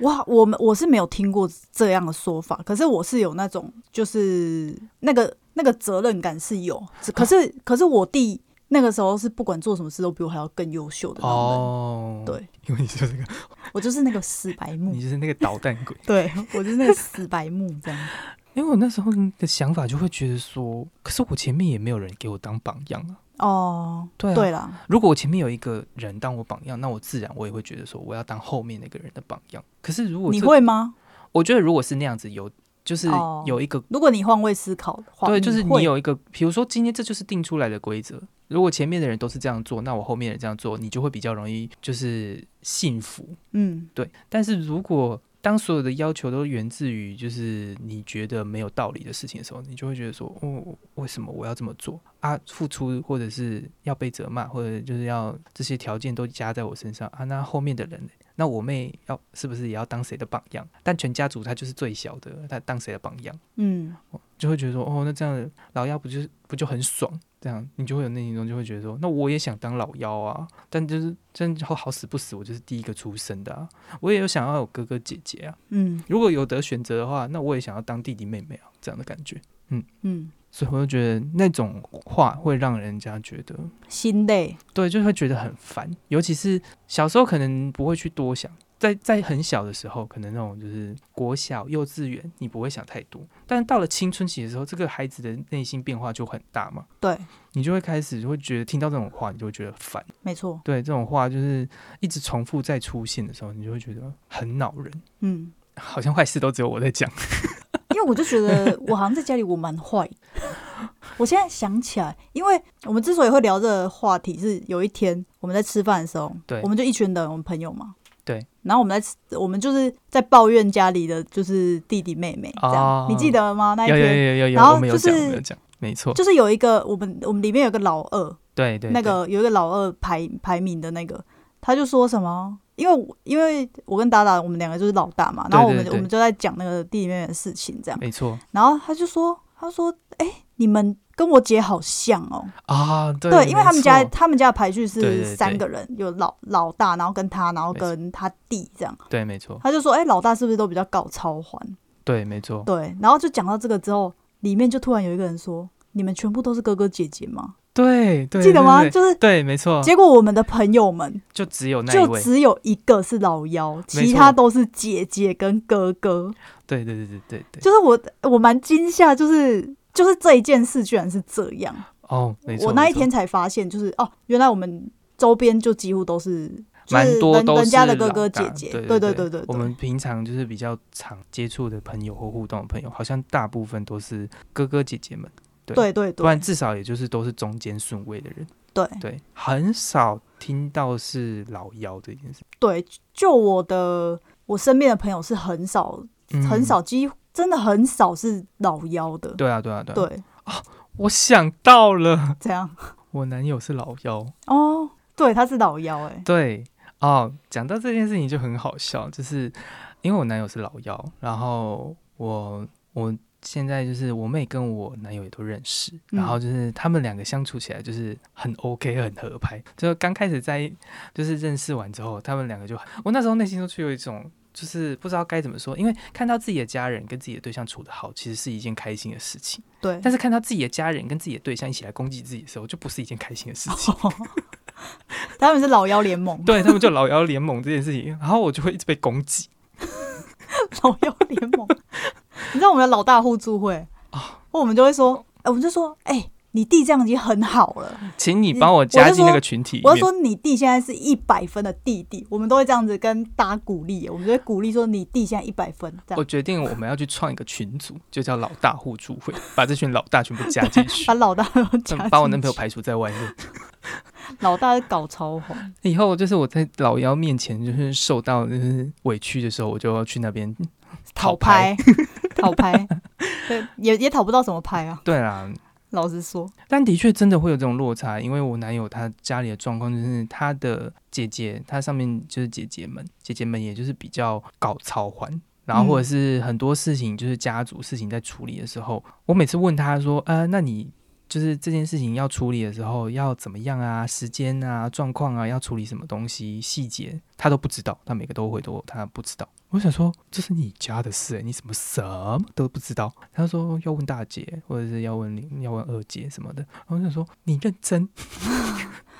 哇！我们我是没有听过这样的说法，可是我是有那种，就是那个那个责任感是有，只可是可是我弟那个时候是不管做什么事都比我还要更优秀的那种人，
哦，
对，
因为你就是那个，
我就是那个死白目
你，就是那个捣蛋鬼。
对我就是那个死白目这样。
因为我那时候的想法就会觉得说，可是我前面也没有人给我当榜样啊。
哦，
对啊，
对啦，
如果我前面有一个人当我榜样，那我自然我也会觉得说，我要当后面那个人的榜样。可是如果
你
这，
会吗？
我觉得如果是那样子有，就是
哦
有一个、
如果你换位思考的话，
对，就是
会
你有一个，比如说今天这就是定出来的规则。如果前面的人都是这样做，那我后面的人这样做，你就会比较容易就是信服。
嗯，
对，但是如果当所有的要求都源自于就是你觉得没有道理的事情的时候，你就会觉得说，哦，为什么我要这么做啊？付出或者是要被责骂，或者就是要这些条件都加在我身上啊？那后面的人呢，那我妹要是不是也要当谁的榜样？但全家族她就是最小的，她当谁的榜样，
嗯，
就会觉得说，哦，那这样老幺不就是不就很爽？这样你就会有内心中就会觉得说，那我也想当老幺啊，但就是真好好死不死，我就是第一个出生的啊，我也有想要有哥哥姐姐啊。
嗯
如果有得选择的话，那我也想要当弟弟妹妹啊，这样的感觉。
嗯，
所以我就觉得那种话会让人家觉得，
心累，
对，就会觉得很烦。尤其是小时候可能不会去多想，在在很小的时候，可能那种就是国小、幼稚园，你不会想太多。但到了青春期的时候，这个孩子的内心变化就很大嘛，
对，
你就会开始就会觉得听到这种话，你就会觉得烦。
没错，
对，这种话就是一直重复再出现的时候，你就会觉得很恼人，
嗯，
好像坏事都只有我在讲。
因为我就 觉得我好像在家里我蛮坏的。我现在想起来，因为我们之所以会聊这个话题，是有一天我们在吃饭的时候，
对
我们就一群人，我们朋友嘛，
对，
然后我们在吃，我们就是在抱怨家里的就是弟弟妹妹这样
哦，
你记得吗？那一
有有
天
有有有，
然后
我们有讲，
就
我
是
们有讲，没错，
就是有一个我们我们里面有个老二，
对对，
那
对
个有一个老二排排名的那个，他就说什么？因为我因为我跟达达我们两个就是老大嘛，然后我
对对
们
对
我们就在讲那个弟弟妹妹的事情这样，
没错
然后他就说他说哎、你们跟我姐好像哦，
啊，对
对，因为他们家
没错
他们家的排序
对对
是
对
三个人，有老老大，然后跟他，然后
没错
跟他弟这样，
对没错，
他就说哎、老大是不是都比较搞超环？
对没错，
对，然后就讲到这个之后，里面就突然有一个人说你们全部都是哥哥姐姐吗？
对对，
记得吗？
对哦对
就是
对，没错，
结果我们的朋友们
就只有那一
就
位，
只有一个是老幺，
没
其
错
他都是姐姐跟哥哥。
对对对对对对，
就是我，我蛮惊吓，就是就是这一件事居然是这样。
哦，没错，
我那
没
一
错
天才发现，就是哦，原来我们周边就几乎都是，就
蛮
是
多
人
都
人
是
家的哥
老
哥姐
大
姐。
对
对
对
对对，
我们平常就是比较常接触的朋友或互动的朋友，好像大部分都是哥哥姐姐们，
对对
不然
对哎
至少也就是都是中间顺位的人，
对
对，很少听到是老幺这件事，
对，就我的我身边的朋友是很少
嗯
很少，几乎真的很少是老幺的。
对啊，对啊，对啊。
对，
我想到了，
这样
我男友是老幺。
哦，对，他是老幺，哎，
对，哦，讲到这件事情就很好笑，就是因为我男友是老幺，然后我我现在就是我妹跟我男友也都认识，
嗯
然后就是他们两个相处起来就是很 OK 很合拍。就刚开始在就是认识完之后，他们两个就很我那时候内心都是有一种就是不知道该怎么说，因为看到自己的家人跟自己的对象处得好，其实是一件开心的事情。
对，
但是看到自己的家人跟自己的对象一起来攻击自己的时候，就不是一件开心的事情。
他们是老妖 联盟，
对他们就老妖联盟这件事情，然后我就会一直被攻击。
老妖联盟。你知道我们的老大互助会
啊
我们就会说，哎、我们就说，哎、你弟这样已经很好了。
请你帮我加进那个群体里
我
面。
就说你弟现在是一百分的弟弟，我们都会这样子跟大家鼓励耶，我们就会鼓励说你弟现在一百分这
我
样，
决定我们要去创一个群组，就叫老大互助会，把这群老大全部 加进去
把，老大都加
嗯把我
进
男朋友
去
排除在外面。
老大搞超红，
以后就是我在老妖面前就是受到就是委屈的时候，我就要去那边。
讨
讨拍
拍， 讨拍，对，也也讨不到什么拍啊，
对啦，
老实说，
但的确真的会有这种落差，因为我男友他家里的状况就是他的姐姐，他上面就是姐姐们，姐姐们也就是比较搞操环，然后或者是很多事情就是家族事情在处理的时候，我每次问他说，呃，那你就是这件事情要处理的时候要怎么样啊，时间啊，状况啊，要处理什么东西细节，他都不知道，他每个都会都他不知道。我想说，这是你家的事、欸，你怎么什么都不知道？他说要问大姐，或者是要问林，要问二姐什么的。然后我想说，你认真，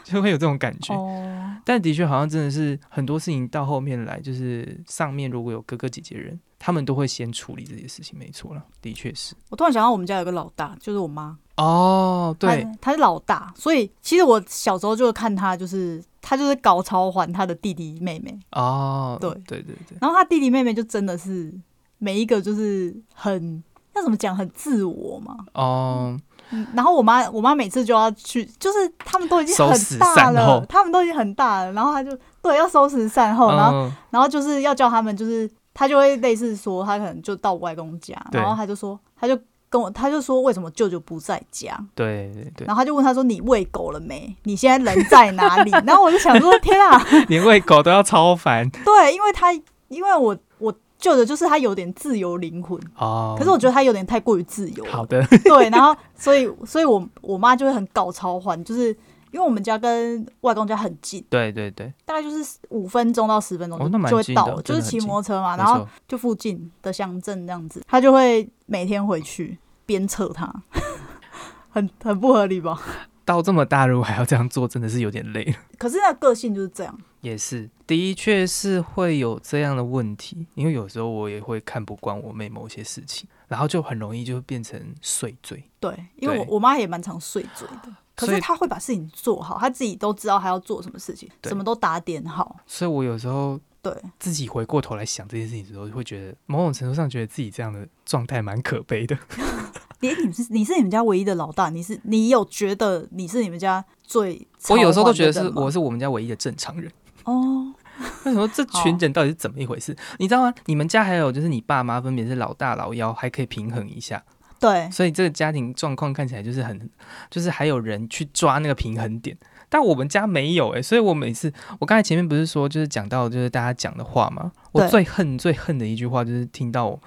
就会有这种感觉。
哦，
但的确，好像真的是很多事情到后面来，就是上面如果有哥哥姐姐人，他们都会先处理这些事情，没错了，的确是。
我突然想到我们家有个老大，就是我妈，
哦，对，
她她是老大，所以其实我小时候就看她，就是她就是搞超还她的弟弟妹妹，
哦，
对
对对对，
然后她弟弟妹妹就真的是每一个就是很要怎么讲，很自我嘛，
哦，
嗯然后我妈，我妈每次就要去，就是他们都已经
收
很
拾
大
善
了
后，
他们都已经很大了，然后她就对要收拾善后，哦然后
嗯
然后就是要叫他们，就是她就会类似说，她可能就到我外公家，
对
然后她就说，她就跟我，她就说为什么舅舅不在家，
对对对，
然后她就问她说你喂狗了没？你现在人在哪里？ 然后我就想说天啊，
连喂狗都要超烦
对，因为她因为我我舅舅就是他有点自由灵魂，
哦。
可是我觉得他有点太过于自由了，
好的，
对，然后所以所以我我妈就会很搞超环，就是因为我们家跟外公家很近，
对对对，
大概就是五分钟到十分钟就,、
哦那蛮
就会
近的
到了，就
真的
是
很
骑
近
摩托车嘛，
没
啊然后
错，
就附近的乡镇这样子，她就会每天回去鞭策他，很很不合理吧？
到这么大如果还要这样做，真的是有点累了。
可是那个性就是这样，
也是，的确是会有这样的问题，因为有时候我也会看不惯我妹某些事情，然后就很容易就变成碎嘴。
对，因为我
对
我妈也蛮常碎嘴 的。可
所
是
以
她会把事情做好，她自己都知道她要做什么事情，
对
什么都打点好。
所以我有时候
对，
自己回过头来想这件事情的时候，会觉得某种程度上觉得自己这样的状态蛮可悲的。
你你是你是你们家唯一的老大，你是你有觉得你是你们家最
我有时候都
超凡的
觉得是
人吗
我是我们家唯一的正常 人。
哦，
为什么这群
好
人到底是怎么一回事？ 你知道吗？你们家还有就是你爸妈分别是老大老幺，还可以平衡一下，
对
所以这个家庭状况看起来就是很，就是还有人去抓那个平衡点，但我们家没有哎、所以我每次我刚才前面不是说就是讲到就是大家讲的话嘛，我
对
最恨最恨的一句话就是听到我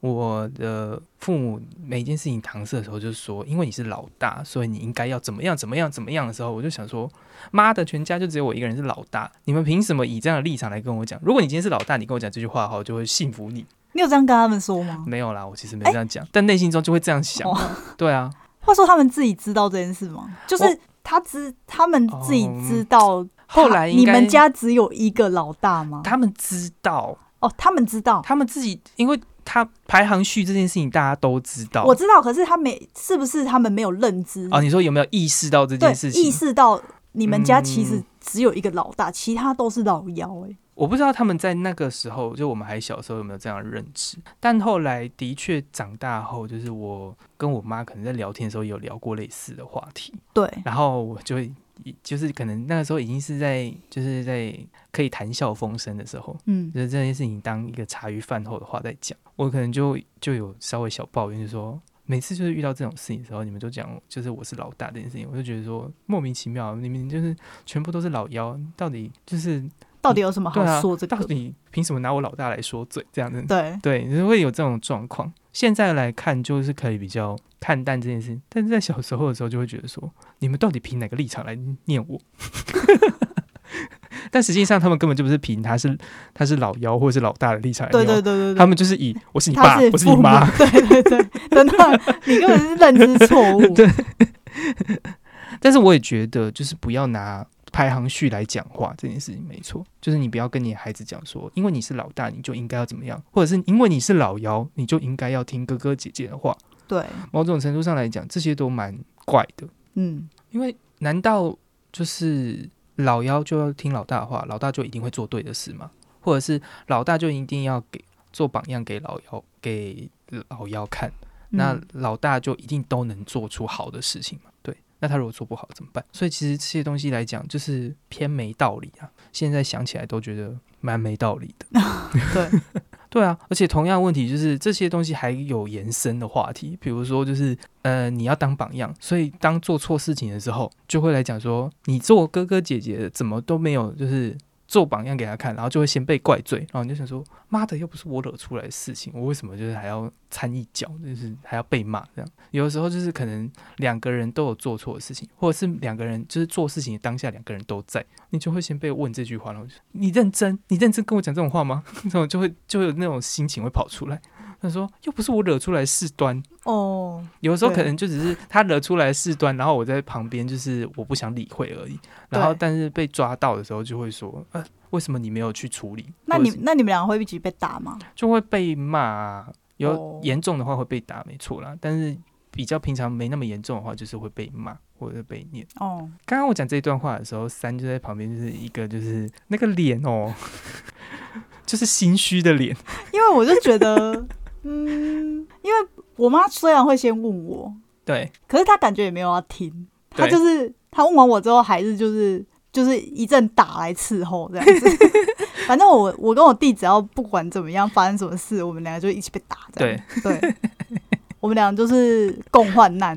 我的父母每一件事情搪塞的时候，就是说因为你是老大，所以你应该要怎么样怎么样怎么样的时候，我就想说妈的，全家就只有我一个人是老大，你们凭什么以这样的立场来跟我讲？如果你今天是老大，你跟我讲这句话的话，我就会信服你。
你有这样跟他们说吗？
没有啦，我其实没有这样讲，但内心中就会这样想。
哎哦，
对啊，
话说他们自己知道这件事吗？就是他知他们自己知道他，
哦后来应
你
该
们家只有一个老大吗？
他们知道，
哦，他们知道，
他们自己，因为他排行序这件事情大家都知道。
我知道，可是他没是不是他们没有认知？
啊，你说有没有意识到这
对
件事，
意
情？
识到你们家其实
嗯
只有一个老大，其他都是老幺、欸。
我不知道他们在那个时候，就我们还小的时候有没有这样的认知。但后来的确长大后，就是我跟我妈可能在聊天的时候有聊过类似的话题，
对，
然后我就会就是可能那个时候已经是在就是在可以谈笑风生的时候，
嗯，
就是这件事情当一个茶余饭后的话在讲，我可能就就有稍微小抱怨，就说每次就是遇到这种事情的时候，你们就讲就是我是老大这件事情，我就觉得说莫名其妙，你们就是全部都是老幺，到底就是
到底有什么
对
好
啊，
说这个
到？底凭什么拿我老大来说嘴？这样子，
对，
对，啊就是会有这种状况。现在来看，就是可以比较看淡这件事情，但是在小时候的时候，就会觉得说，你们到底凭哪个立场来念我？ 但实际上，他们根本就不是凭他是他是老幺或者是老大的立场来念
对
我，
对对对对，
他们就是以我是你爸，
他是
我是你
父母
妈，，
对对对，真的，你根本是认知错误。
对但是我也觉得，就是不要拿排行序来讲话这件事情，没错，就是你不要跟你孩子讲说，因为你是老大，你就应该要怎么样，或者是因为你是老幺，你就应该要听哥哥姐姐的话。
对，
某种程度上来讲，这些都蛮怪的，
嗯，
因为难道就是老幺就要听老大的话，老大就一定会做对的事吗？或者是老大就一定要给做榜样给老幺给老幺看？那
嗯
老大就一定都能做出好的事情嘛？对，那他如果做不好怎么办？所以其实这些东西来讲，就是偏没道理啊。现在想起来都觉得蛮没道理的。
对，
对啊，而且同样问题就是这些东西还有延伸的话题，比如说就是呃，你要当榜样，所以当做错事情的时候，就会来讲说你做哥哥姐姐的怎么都没有就是做榜样给他看，然后就会先被怪罪，然后你就想说妈的，又不是我惹出来的事情，我为什么就是还要掺一脚，就是还要被骂这样？有的时候就是可能两个人都有做错的事情，或者是两个人就是做事情的当下两个人都在，你就会先被问这句话，然后就你认真，你认真跟我讲这种话吗？那种就会就会有那种心情会跑出来。他说：“又不是我惹出来的事端，
哦，
有的时候
对
可能就只是他惹出来的事端，然后我在旁边就是我不想理会而已。然后
对
但是被抓到的时候就会说：‘呃，为什么你没有去处理？’
那
或者
你
是
那你们两个会一起被打吗？
就会被骂啊，有
哦
严重的话会被打，没错啦。但是比较平常没那么严重的话，就是会被骂或者被念。
哦，
刚刚我讲这一段话的时候，三就在旁边，就是一个就是那个脸哦， 就是心虚的脸。
因为我就觉得，嗯，因为我妈虽然会先问我，
对
可是她感觉也没有要听，她
对
就是她问完我之后，还是就是就是一阵打来伺候这样子。反正我我跟我弟只要不管怎么样发生什么事，我们两个就一起被打这样。
对，
对对，我们俩就是共患难，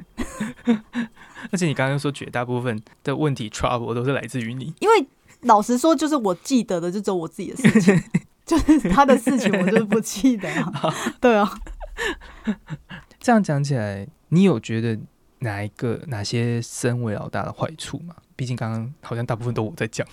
而且你刚刚说绝大部分的问题 trouble 都是来自于你。
因为老实说，就是我记得的就只有我自己的事情。就是他的事情，我就是不记得、啊。对啊，
这样讲起来，你有觉得哪一个哪些身为老大的坏处吗？毕竟刚刚好像大部分都我在讲。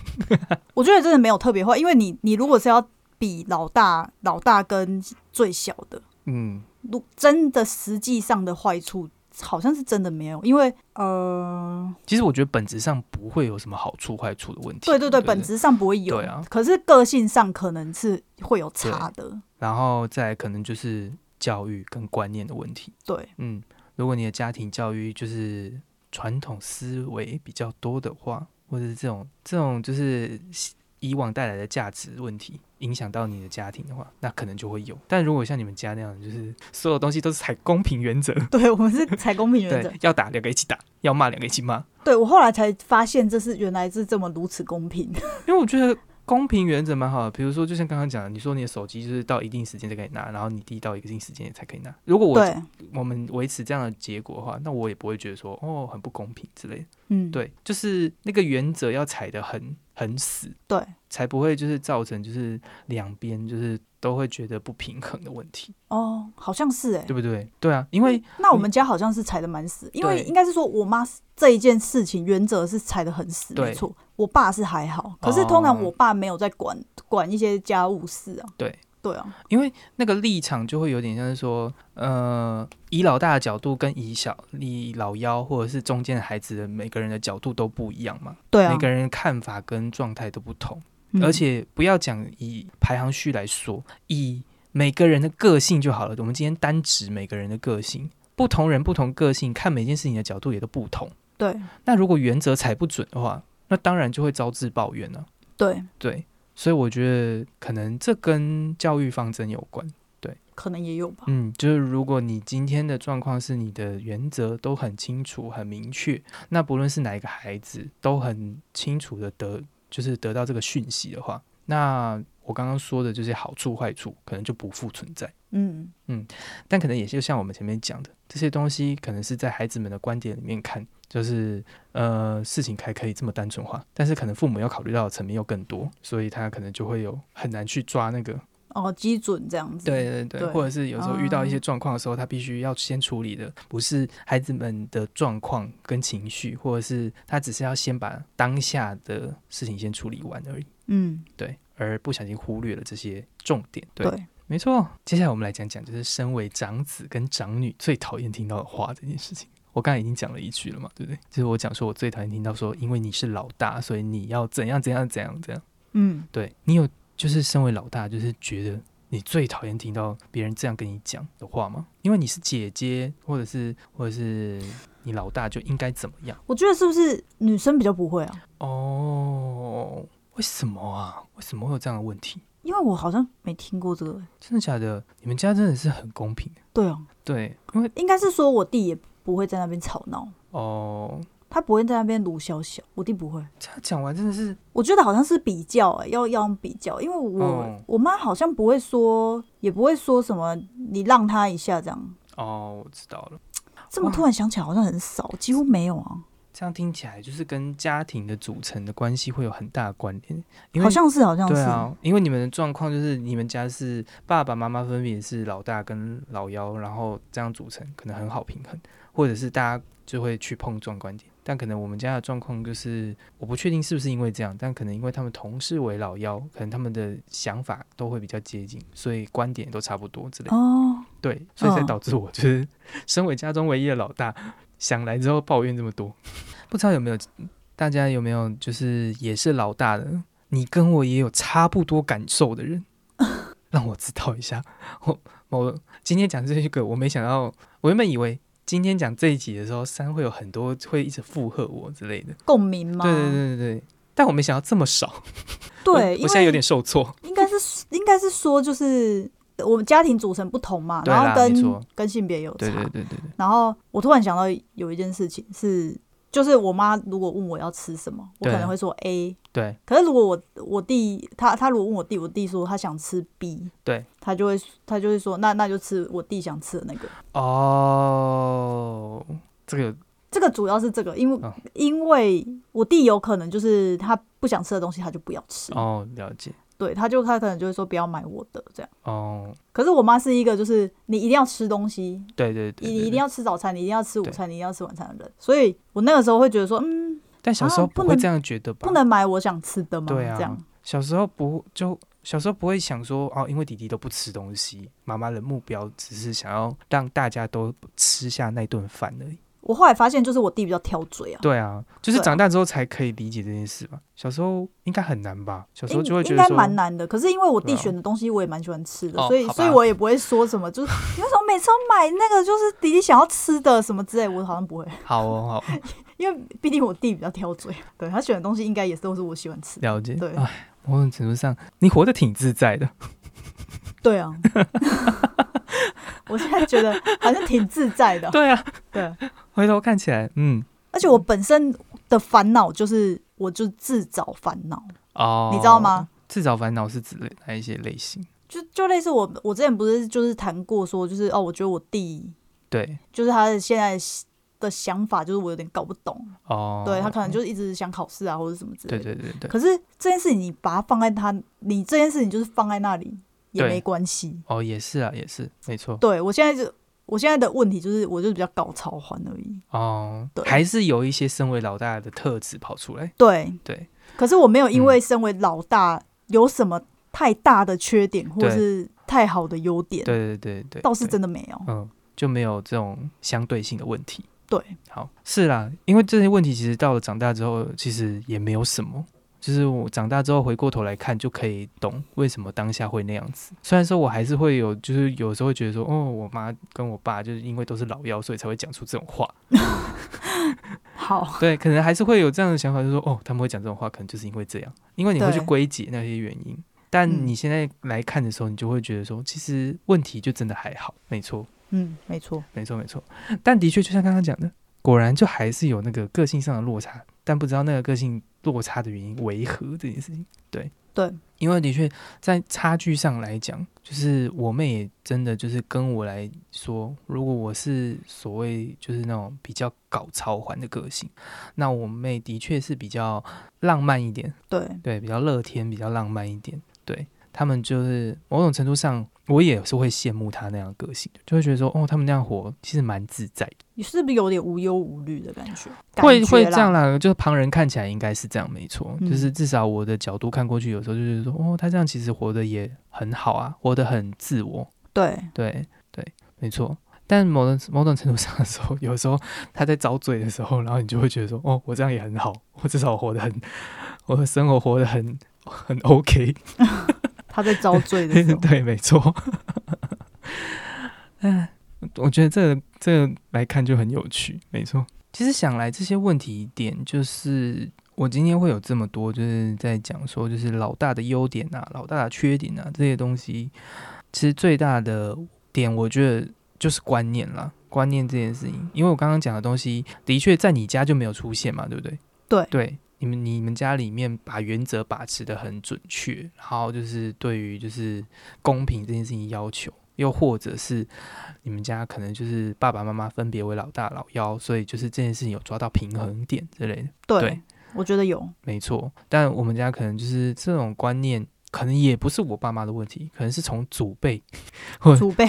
我觉得真的没有特别坏，因为你你如果是要比老大老大跟最小的，
嗯，
如真的实际上的坏处好像是真的没有，因为呃，
其实我觉得本质上不会有什么好处坏处的问题。
对对对，本质上不会有，
对啊
可是个性上可能是会有差的，
然后再可能就是教育跟观念的问题。
对
嗯，如果你的家庭教育就是传统思维比较多的话，或者是这种这种就是以往带来的价值问题影响到你的家庭的话，那可能就会有。但如果像你们家那样，就是所有东西都是采公平原则，
对， 我们是采公平原则
对，，要打两个一起打，要骂两个一起骂，
对我后来才发现这是原来是这么如此公平，
因为我觉得。公平原则蛮好的，比如说，就像刚刚讲的，你说你的手机就是到一定时间才可以拿，然后你弟到一定时间也才可以拿。如果我
对，
我们维持这样的结果的话，那我也不会觉得说哦很不公平之类的。
嗯，
对，就是那个原则要踩得很很死，
对，
才不会就是造成就是两边就是都会觉得不平衡的问题，
哦，好像是哎、
对不对？对啊，因为
那我们家好像是踩的蛮死，因为
对
应该是说我妈这一件事情原则是踩的很死，
对哦
没错。我爸是还好，可是通常我爸没有在管、管一些家务事啊。
对
对啊，
因为那个立场就会有点像是说，呃，以老大的角度跟以小以老幺或者是中间的孩子的每个人的角度都不一样嘛，
对啊
每，个人的看法跟状态都不同。
嗯
而且不要讲以排行序来说，以每个人的个性就好了。我们今天单指每个人的个性，不同人不同个性，看每件事情的角度也都不同。
对
那如果原则踩不准的话，那当然就会招致抱怨了、
对，
对，所以我觉得可能这跟教育方针有关。
可能也有吧。
嗯，就是如果你今天的状况是你的原则都很清楚、很明确，那不论是哪一个孩子都很清楚的得，就是得到这个讯息的话，那我刚刚说的这些好处、坏处可能就不复存在。
嗯，
但可能也就像我们前面讲的，这些东西可能是在孩子们的观点里面看，就是呃事情还可以这么单纯化，但是可能父母要考虑到的层面又更多，所以他可能就会有很难去抓那个。
哦，基准这样子。
对对对，
对
或者是有时候遇到一些
哦
状况的时候，他必须要先处理的不是孩子们的状况跟情绪，或者是他只是要先把当下的事情先处理完而已。
嗯，
对，而不小心忽略了这些重点。对，
对，
没错。接下来我们来讲讲，就是身为长子跟长女最讨厌听到的话这件事情。我刚才已经讲了一句了嘛，对不对？就是我讲说，我最讨厌听到说，因为你是老大，所以你要怎样怎样怎样怎样。
嗯，
对你有就是身为老大，就是觉得你最讨厌听到别人这样跟你讲的话吗？因为你是姐姐，或者是或者是你老大就应该怎么样？
我觉得是不是女生比较不会啊？
哦，为什么啊？为什么会有这样的问题？
因为我好像没听过这个欸、
真的假的？你们家真的是很公平。
对啊，
对，因为
应该是说我弟也不会在那边吵闹，
哦，
他不会在那边鲁小小，我弟不会。
这样讲完真的是
我觉得好像是比较、欸，要要用比较，因为我、
哦
我妈好像不会说，也不会说什么你让他一下这样。
哦，我知道了。
这么
哇
突然想起来好像很少，几乎没有啊，
这样听起来就是跟家庭的组成的关系会有很大的关联，因为
好像是好像是，
对啊，因为你们的状况就是你们家是爸爸妈妈分别是老大跟老幺，然后这样组成可能很好平衡，或者是大家就会去碰撞观点。但可能我们家的状况就是，我不确定是不是因为这样，但可能因为他们同事为老幺，可能他们的想法都会比较接近，所以观点都差不多之类的。
哦，
对，所以才
嗯
导致我就是 身为家中唯一的老大，想来之后抱怨这么多。 不知道有没有大家有没有就是也是老大的，你跟我也有差不多感受的人， 让我知道一下。我我今天讲这个，我没想到，我原本以为今天讲这一集的时候，三会有很多会一直附和我之类的。
共鸣吗？
对对对对对。但我没想到这么少，
对
我
因
我现在有
为
点受挫。
应该是应该是说就是我们家庭组成不同嘛，
对啦
然后
没
跟
错
跟性别有差。
对对对对对，
然后我突然想到有一件事情是，就是我妈如果问我要吃什么，我
对
可能会说 A，
对
可是如果我我弟他他如果问我弟，我弟说他想吃 B，
对，
他就会他就会说那那就吃我弟想吃的那个。
哦，这个
这个主要是这个，因为、
哦
因为我弟有可能就是他不想吃的东西，他就不要吃，
哦，了解。
对，他就他可能就会说不要买我的这样。
哦，
可是我妈是一个就是你一定要吃东西，
对对对
你
对
一定
对
要吃早餐，你一定要吃午餐，你一定要吃晚餐的人，所以我那个时候会觉得说，嗯，
但小时候
啊
不
不
会
能
这样觉得吧？
不能买我想吃的吗？
对啊
这样
小时候不就小时候不会想说哦，因为弟弟都不吃东西，妈妈的目标只是想要让大家都吃下那顿饭而已。
我后来发现就是我弟比较挑嘴啊，
对啊，就是
对啊
长大之后才可以理解这件事吧。小时候应该很难吧？小时候
应
就会觉
应
得
该
说，
蛮难的，可是因为我
对
弟
啊
选的东西我也蛮喜欢吃的，
哦
所以
好吧
所以我也不会说什么，就是你为什么每次都买那个就是弟弟想要吃的什么之类，我好像不会，
好哦，好哦
因为毕竟我弟比较挑嘴，对他选的东西应该也都是我喜 欢吃的。
了解。
对
哎，某种程度上，你活得挺自在的。
对啊， 我现在觉得好像挺自在的。
对啊，
对，
回头看起来，嗯，
而且我本身的烦恼就是，我就自找烦恼，
哦，
你知道吗？？
自找烦恼是指类哪一些类型？
就就类似我，我之前不是就是谈过说，就是哦，我觉得我弟
对，
就是他的现在的想法，就是我有点搞不懂，
哦，
对他可能就是一直想考试啊，或者什么之类
对
的。
对对对，
可是这件事情你把它放在他，你这件事情就是放在那里也
对
没关系。
哦，也是啊，也是，没错。
对我现在就我现在的问题就是，我就是比较搞潮环而已。
哦，
对
还是有一些身为老大的特质跑出来。
对，
对，嗯
可是我没有因为身为老大有什么太大的缺点，或
对
是太好的优点，
对对对对，
倒是
对
真的没有。
嗯，就没有这种相对性的问题。
对，
好，是啦，因为这些问题其实到了长大之后，其实也没有什么。就是我长大之后回过头来看，就可以懂为什么当下会那样子。虽然说我还是会有，就是有时候会觉得说，哦，我妈跟我爸就是因为都是老妖，所以才会讲出这种话。
好，
对，可能还是会有这样的想法，就是说，哦，他们会讲这种话，可能就是因为这样，因为你会去
对
归结那些原因。但
嗯
你现在来看的时候，你就会觉得说，其实问题就真的还好，没错，
嗯，没错，
没错，没错。但的确，就像刚刚讲的，果然就还是有那个个性上的落差，但不知道那个个性落差的原因为何这件事情。对
对，
因为的确在差距上来讲，就是我妹也真的就是跟我来说，如果我是所谓就是那种比较搞超环的个性，那我妹的确是比较浪漫一点，
对，
对，比较乐天，比较浪漫一点，对。他们就是某种程度上，我也是会羡慕她那样的个性，就会觉得说，哦，他们那样活其实蛮自在的。
你是不是有点无忧无虑的感觉？
会
感觉
会
啦
这样啦，就是旁人看起来应该是这样，没错，
嗯
就是至少我的角度看过去，有时候就是说，哦，他这样其实活得也很好啊，活得很自我，
对，
对对，没错。但某种某种程度上的时候，有时候他在遭罪的时候，然后你就会觉得说，哦，我这样也很好，我至少活得很，我的生活活得很很 OK，
他在遭罪的时候，
对，没错。哎，我觉得这个这个来看就很有趣，没错。其实想来这些问题点，就是我今天会有这么多，就是在讲说，就是老大的优点啊，老大的缺点啊这些东西。其实最大的点，我觉得就是观念啦，观念这件事情。因为我刚刚讲的东西，的确在你家就没有出现嘛，对不对？
对
对，你们你们家里面把原则把持的很准确，然后就是对于就是公平这件事情要求，又或者是你们家可能就是爸爸妈妈分别为老大老幺，所以就是这件事情有抓到平衡点之类的，
对
对
我觉得 有，
没错。但我们家可能就是这种观念。可能也不是我爸妈的问题，可能是从祖辈
祖辈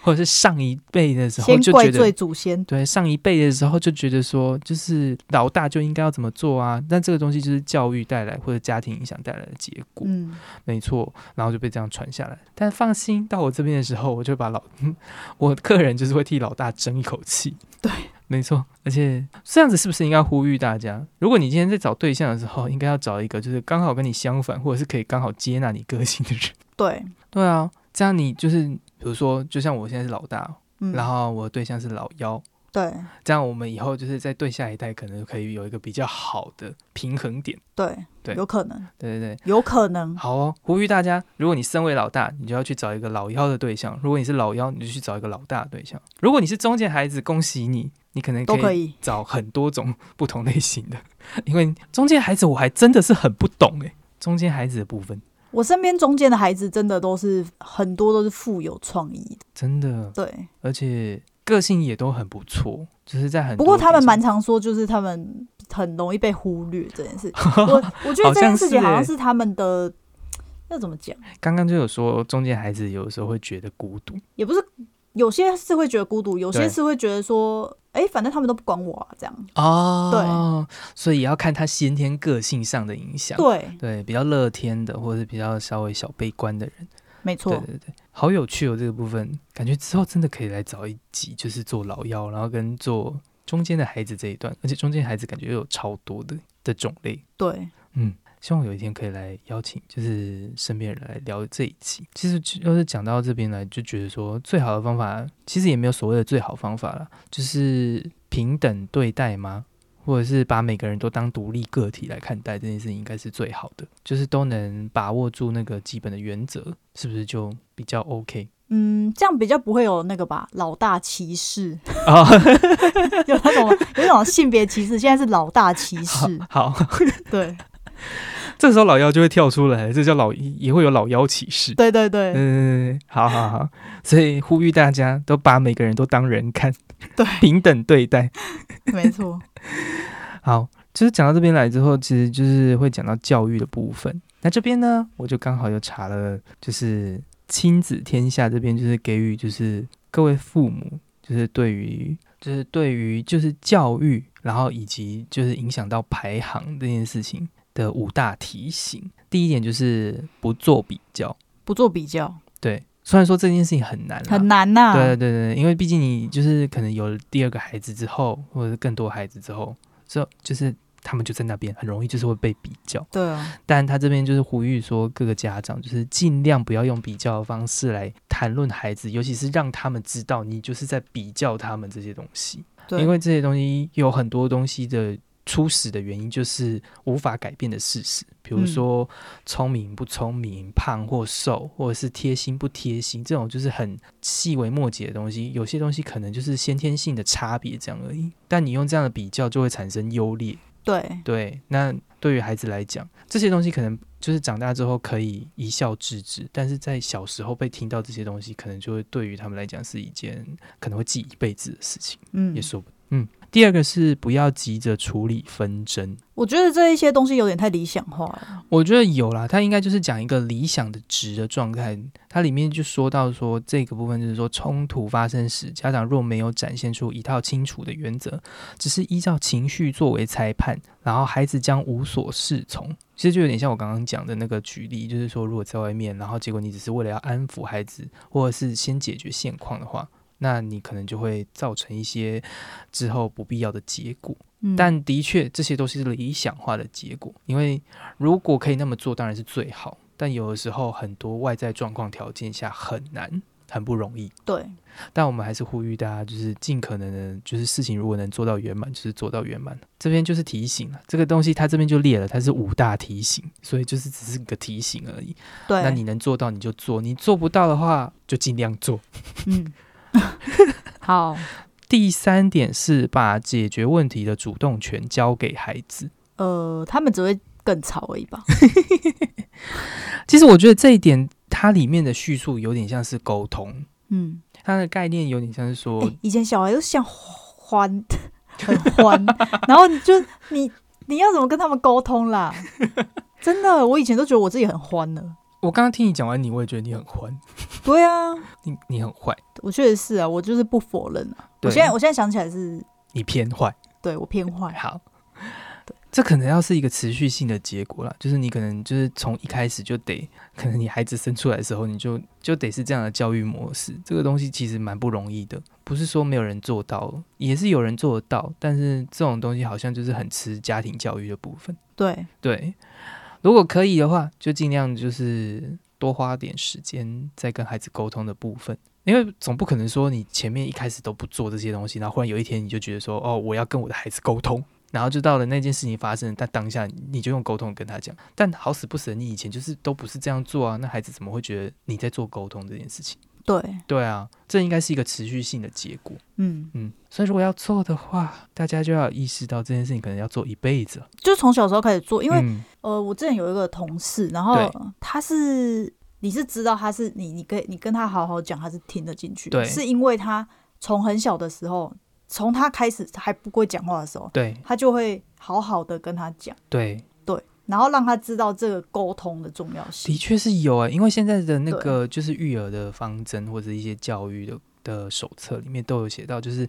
或者是上一辈的时候
先
就
怪
觉得
罪祖先，
对上一辈的时候就觉得说，就是老大就应该要怎么做啊？但这个东西就是教育带来或者家庭影响带来的结果，
嗯，
没错。然后就被这样传下来。但放心，到我这边的时候，我就把老 我个人就是会替老大争一口气。
对，
没错。而且这样子是不是应该呼吁大家，如果你今天在找对象的时候，应该要找一个就是刚好跟你相反，或者是可以刚好接纳你个性的人？
对，
对啊，这样你就是比如说，就像我现在是老大，
嗯，
然后我的对象是老幺。
对
这样我们以后就是在对下一代可能可以有一个比较好的平衡点。
对
对
有可能，
对对对，
有可能，
好哦，呼吁大家，如果你身为老大，你就要去找一个老幺的对象；如果你是老幺，你就去找一个老大的对象；如果你是中间孩子，恭喜你，你可能
都
可
可
以
以，
找很多种不同类型的。因为中间孩子我还真的是很不懂诶、中间孩子的部分
我身边中间的孩子真的都是很多都是富有创意的，
真的，
对。
而且个性也都很不错，就是在很
不过
多
他们
点
蛮
上
常说，就是他们很容易被忽略这 件事。我我觉得这件事情好
欸
像是他们的，那怎么讲？
刚刚就有说中间孩子有的时候会觉得孤独，
也不是有些是会觉得孤独，有
对
些是会觉得说，哎、反正他们都不管我啊，这样。
哦，对，所以也要看他先天个性上的影响。
对，
对，比较乐天的，或者是比较稍微小悲观的人。
没
对
错，
对对，好有趣哦，这个部分感觉之后真的可以来找一集，就是做老幺，然后跟做中间的孩子这一段，而且中间孩子感觉又有超多的的种类。
对，
嗯，希望有一天可以来邀请，就是身边人来聊这一集。其实就要是讲到这边来，就觉得说最好的方法，其实也没有所谓的最好方法啦，就是平等对待吗？或者是把每个人都当独立个体来看待这件事情，应该是最好的，就是都能把握住那个基本的原则，是不是就比较 OK
嗯，这样比较不会有那个吧，老大歧视，
啊？
有那种有那种性别歧视，现在是老大歧视，
好，好
对，
这时候老妖就会跳出来，这叫老也会有老妖歧视。
对对对
嗯，好好好，所以呼吁大家都把每个人都当人看，
对，
平等对待。
没错，
好，就是讲到这边来之后，其实就是会讲到教育的部分。那这边呢，我就刚好又查了，就是亲子天下这边就是给予就是各位父母，就是对于就是对于就是教育，然后以及就是影响到排行这件事情的五大提醒。第一点就是不做比较，
不做比较
对，虽然说这件事情很难啦，
很难呐、
对对对，因为毕竟你就是可能有了第二个孩子之后，或者是更多孩子之后，这就是他们就在那边，很容易就是会被比较。
对啊，
但他这边就是呼吁说，各个家长就是尽量不要用比较的方式来谈论孩子，尤其是让他们知道你就是在比较他们这些东西，
对，
因为这些东西有很多东西的。初始的原因就是无法改变的事实，比如
嗯
说聪明不聪明、胖或瘦，或者是贴心不贴心，这种就是很细微末节的东西。有些东西可能就是先天性的差别这样而已，但你用这样的比较就会产生优劣，
对，
对，那对于孩子来讲，这些东西可能就是长大之后可以一笑置之，但是在小时候被听到这些东西，可能就会对于他们来讲是一件可能会记一辈子的事情，
嗯
也，说不定。嗯，第二个是不要急着处理纷争，
我觉得这一些东西有点太理想化了。
我觉得有啦，它应该就是讲一个理想的值的状态。它里面就说到说这个部分，就是说冲突发生时，家长若没有展现出一套清楚的原则，只是依照情绪作为裁判，然后孩子将无所适从。其实就有点像我刚刚讲的那个举例，就是说如果在外面，然后结果你只是为了要安抚孩子，或者是先解决现况的话，那你可能就会造成一些之后不必要的结果。
嗯，
但的确，这些都是理想化的结果，因为如果可以那么做，当然是最好。但有的时候，很多外在状况条件下很难，很不容易。
对，
但我们还是呼吁大家，就是尽可能的，就是事情如果能做到圆满，就是做到圆满。这边就是提醒了，这个东西它这边就列了，它是五大提醒，所以就是只是个提醒而已。
对，
那你能做到你就做，你做不到的话就尽量做。
嗯，好，
第三点是把解决问题的主动权交给孩子。
呃，他们只会更吵而已吧？
其实我觉得这一点，它里面的叙述有点像是沟通，
嗯，
它的概念有点像是说，
哎、以前小孩都像欢， 很欢，然后你就你你要怎么跟他们沟通 啦？真的，我以前都觉得我自己很欢呢。
我刚刚听你讲完你，我也觉得你很欢，
对啊，
你你很坏，
我确实是啊，我就是不否认啊。我
对
现在我现在想起来是，
你偏坏，
对我偏坏。
好。这可能要是一个持续性的结果啦，就是你可能就是从一开始就得，可能你孩子生出来的时候，你就就得是这样的教育模式。这个东西其实蛮不容易的，不是说没有人做到，也是有人做得到，但是这种东西好像就是很吃家庭教育的部分。
对，
对，如果可以的话，就尽量就是多花点时间在跟孩子沟通的部分，因为总不可能说你前面一开始都不做这些东西，然后忽然有一天你就觉得说，哦，我要跟我的孩子沟通。然后就到了那件事情发生，但当下你就用沟通跟他讲，但好死不死，你以前就是都不是这样做啊，那孩子怎么会觉得你在做沟通这件事情？
对，
对啊，这应该是一个持续性的结果，
嗯，
嗯，所以如果要做的话，大家就要有意识到这件事情可能要做一辈子了，
就从小时候开始做，因为、
嗯
呃，我之前有一个同事，然后
对
他是你是知道他是你，你跟你跟他好好讲，他是听得进去的，
对
是因为他从很小的时候，从他开始还不会讲话的时候，
对
他就会好好的跟他讲，
对，
对，然后让他知道这个沟通的重要
的
性。
确是有啊、因为现在的那个就是育儿的方针或者一些教育的的手册里面都有写到，就是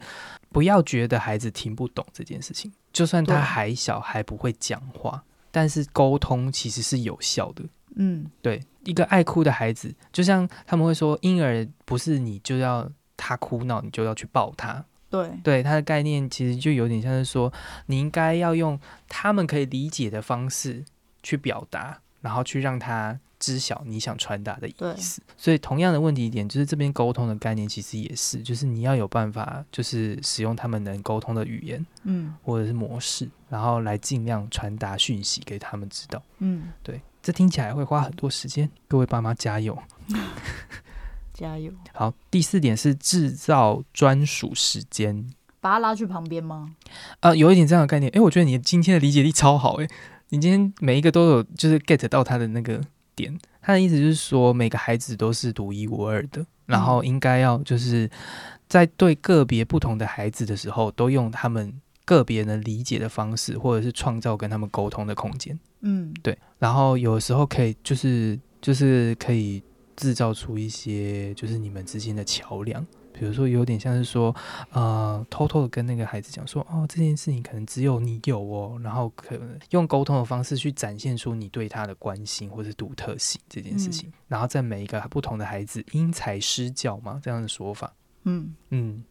不要觉得孩子听不懂这件事情，就算他
对
还小还不会讲话，但是沟通其实是有效的。
嗯，
对，一个爱哭的孩子，就像他们会说，婴儿不是你就要他哭闹，你就要去抱他，
对，
对它的概念其实就有点像是说，你应该要用他们可以理解的方式去表达，然后去让他知晓你想传达的
对
意思。所以同样的问题点，就是这边沟通的概念其实也是，就是你要有办法，就是使用他们能沟通的语言
嗯
或者是模式，然后来尽量传达讯息给他们知道。
嗯，
对，这听起来会花很多时间，各位爸妈加油！
加油，
好，第四点是制造专属时间。
把他拉去旁边吗？
啊，有一点这样的概念。诶，我觉得你今天的理解力超好诶，你今天每一个都有就是 get 到他的那个点。他的意思就是说，每个孩子都是独一无二的，然后应该要就是在对个别不同的孩子的时候，都用他们个别能理解的方式，或者是创造跟他们沟通的空间。
嗯，
对，然后有时候可以就是就是可以制造出一些就是你们之间的桥梁，比如说有点像是说，呃，偷偷的跟那个孩子讲说，哦，这件事情可能只有你有哦，然后可能用沟通的方式去展现出你对他的关心或是独特性这件事情，然后在每一个不同的孩子因材施教嘛，这样的说法，
嗯
嗯，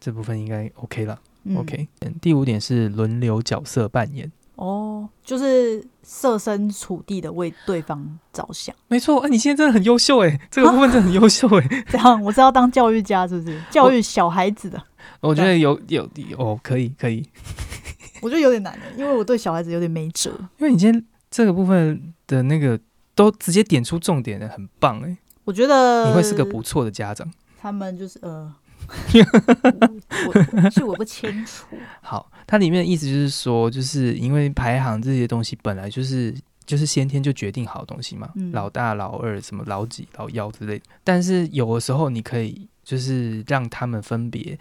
这部分应该 OK 了、
嗯
o k 第五点是轮流角色扮演。
哦，就是设身处地的为对方着想，
没错，啊，你现在真的很优秀哎， 这个部分真的很优秀哎，
这样我是要当教育家，是不是？教育小孩子的，
我觉得有有有哦，可以可以，
我觉得有点难，因为我对小孩子有点没辙。
因为你今天这个部分的那个都直接点出重点了，很棒哎，
我觉得
你会是个不错的家长。
他们就是呃，我我我是我不清楚。
好，它里面的意思就是说，就是因为排行这些东西本来就是就是先天就决定好的东西嘛，
嗯
老大、老二、什么老几、老幺之类的。但是有的时候你可以就是让他们分别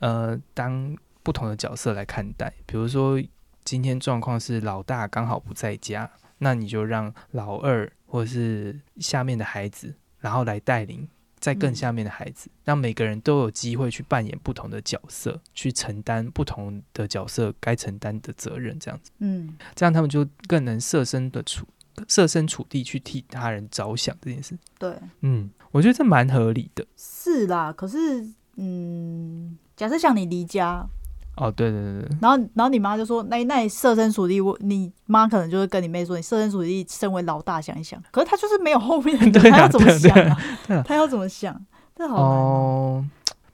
呃当不同的角色来看待，比如说今天状况是老大刚好不在家，那你就让老二或是下面的孩子，然后来带领。在更
嗯
下面的孩子，让每个人都有机会去扮演不同的角色，去承担不同的角色该承担的责任，这样子，
嗯
这样他们就更能设身的处设身处地去替他人着想这件事。
对，
嗯，我觉得这蛮合理的。
是啦。可是嗯，假设像你离家，
哦，对对对对，
然后然后你妈就说，那那你设身处地，我你妈可能就会跟你妹说，你设身处地身为老大想一想。可是她就是没有后面的，
对啊
她要怎么想
对啊对啊
她要怎么想？这好难哦
哦，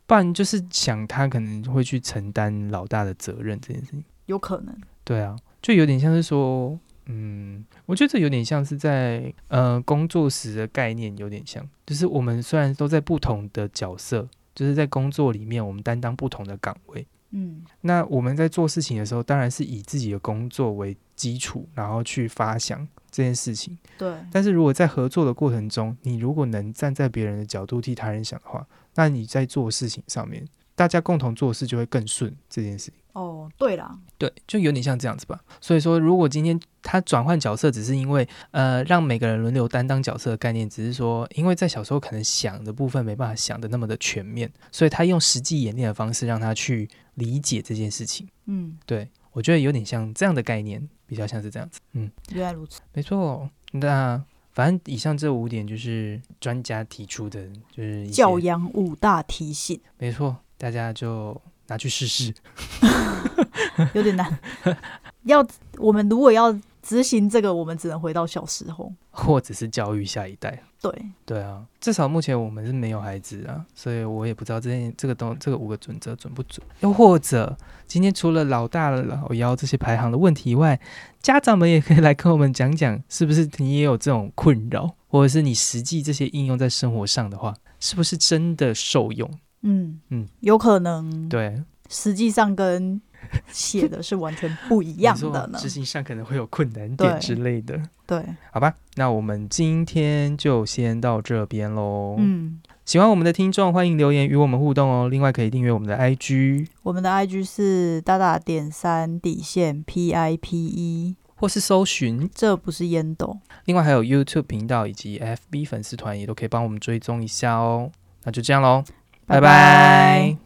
不然就是想他可能会去承担老大的责任这件事情。
有可能。
对啊，就有点像是说，嗯，我觉得这有点像是在呃工作时的概念有点像，就是我们虽然都在不同的角色，就是在工作里面我们担当不同的岗位，
嗯
那我们在做事情的时候，当然是以自己的工作为基础，然后去发想这件事情。，
对，
但是如果在合作的过程中，你如果能站在别人的角度替他人想的话，那你在做事情上面，大家共同做事就会更顺这件事情。
哦，对啦，
对，就有点像这样子吧。所以说，如果今天他转换角色，只是因为呃让每个人轮流担当角色的概念，只是说因为在小时候可能想的部分没办法想的那么的全面，所以他用实际演练的方式让他去理解这件事情。
嗯，
对我觉得有点像这样的概念，比较像是这样子。嗯，
原来如此。
没错。那反正以上这五点就是专家提出的，就是一些
教养五大提醒
没错，大家就拿去试试。
有点难，要我们如果要执行这个，我们只能回到小时候。
或者是教育下一代。
对，
对啊，至少目前我们是没有孩子啊，所以我也不知道这件这个东这个五个准则准不准。又或者，今天除了老大、老幺这些排行的问题以外，家长们也可以来跟我们讲讲，是不是你也有这种困扰，或者是你实际这些应用在生活上的话，是不是真的受用？
嗯
嗯
嗯，有可能，，
对，
实际上跟写的是完全不一
一
样的呢
执。行上可能会有困难点
对
之类的。
对，
好吧，那我们今天就先到这边喽。
嗯，
喜欢我们的听众，欢迎留言与我们互动哦。另外，可以订阅我们的 IG，
我们的 IG 是大大点三底线 P I P E，
或是搜寻。
这不是烟斗。
另外，还有 YouTube 频道以及 FB 粉丝团，也都可以帮我们追踪一下哦。那就这样喽，拜拜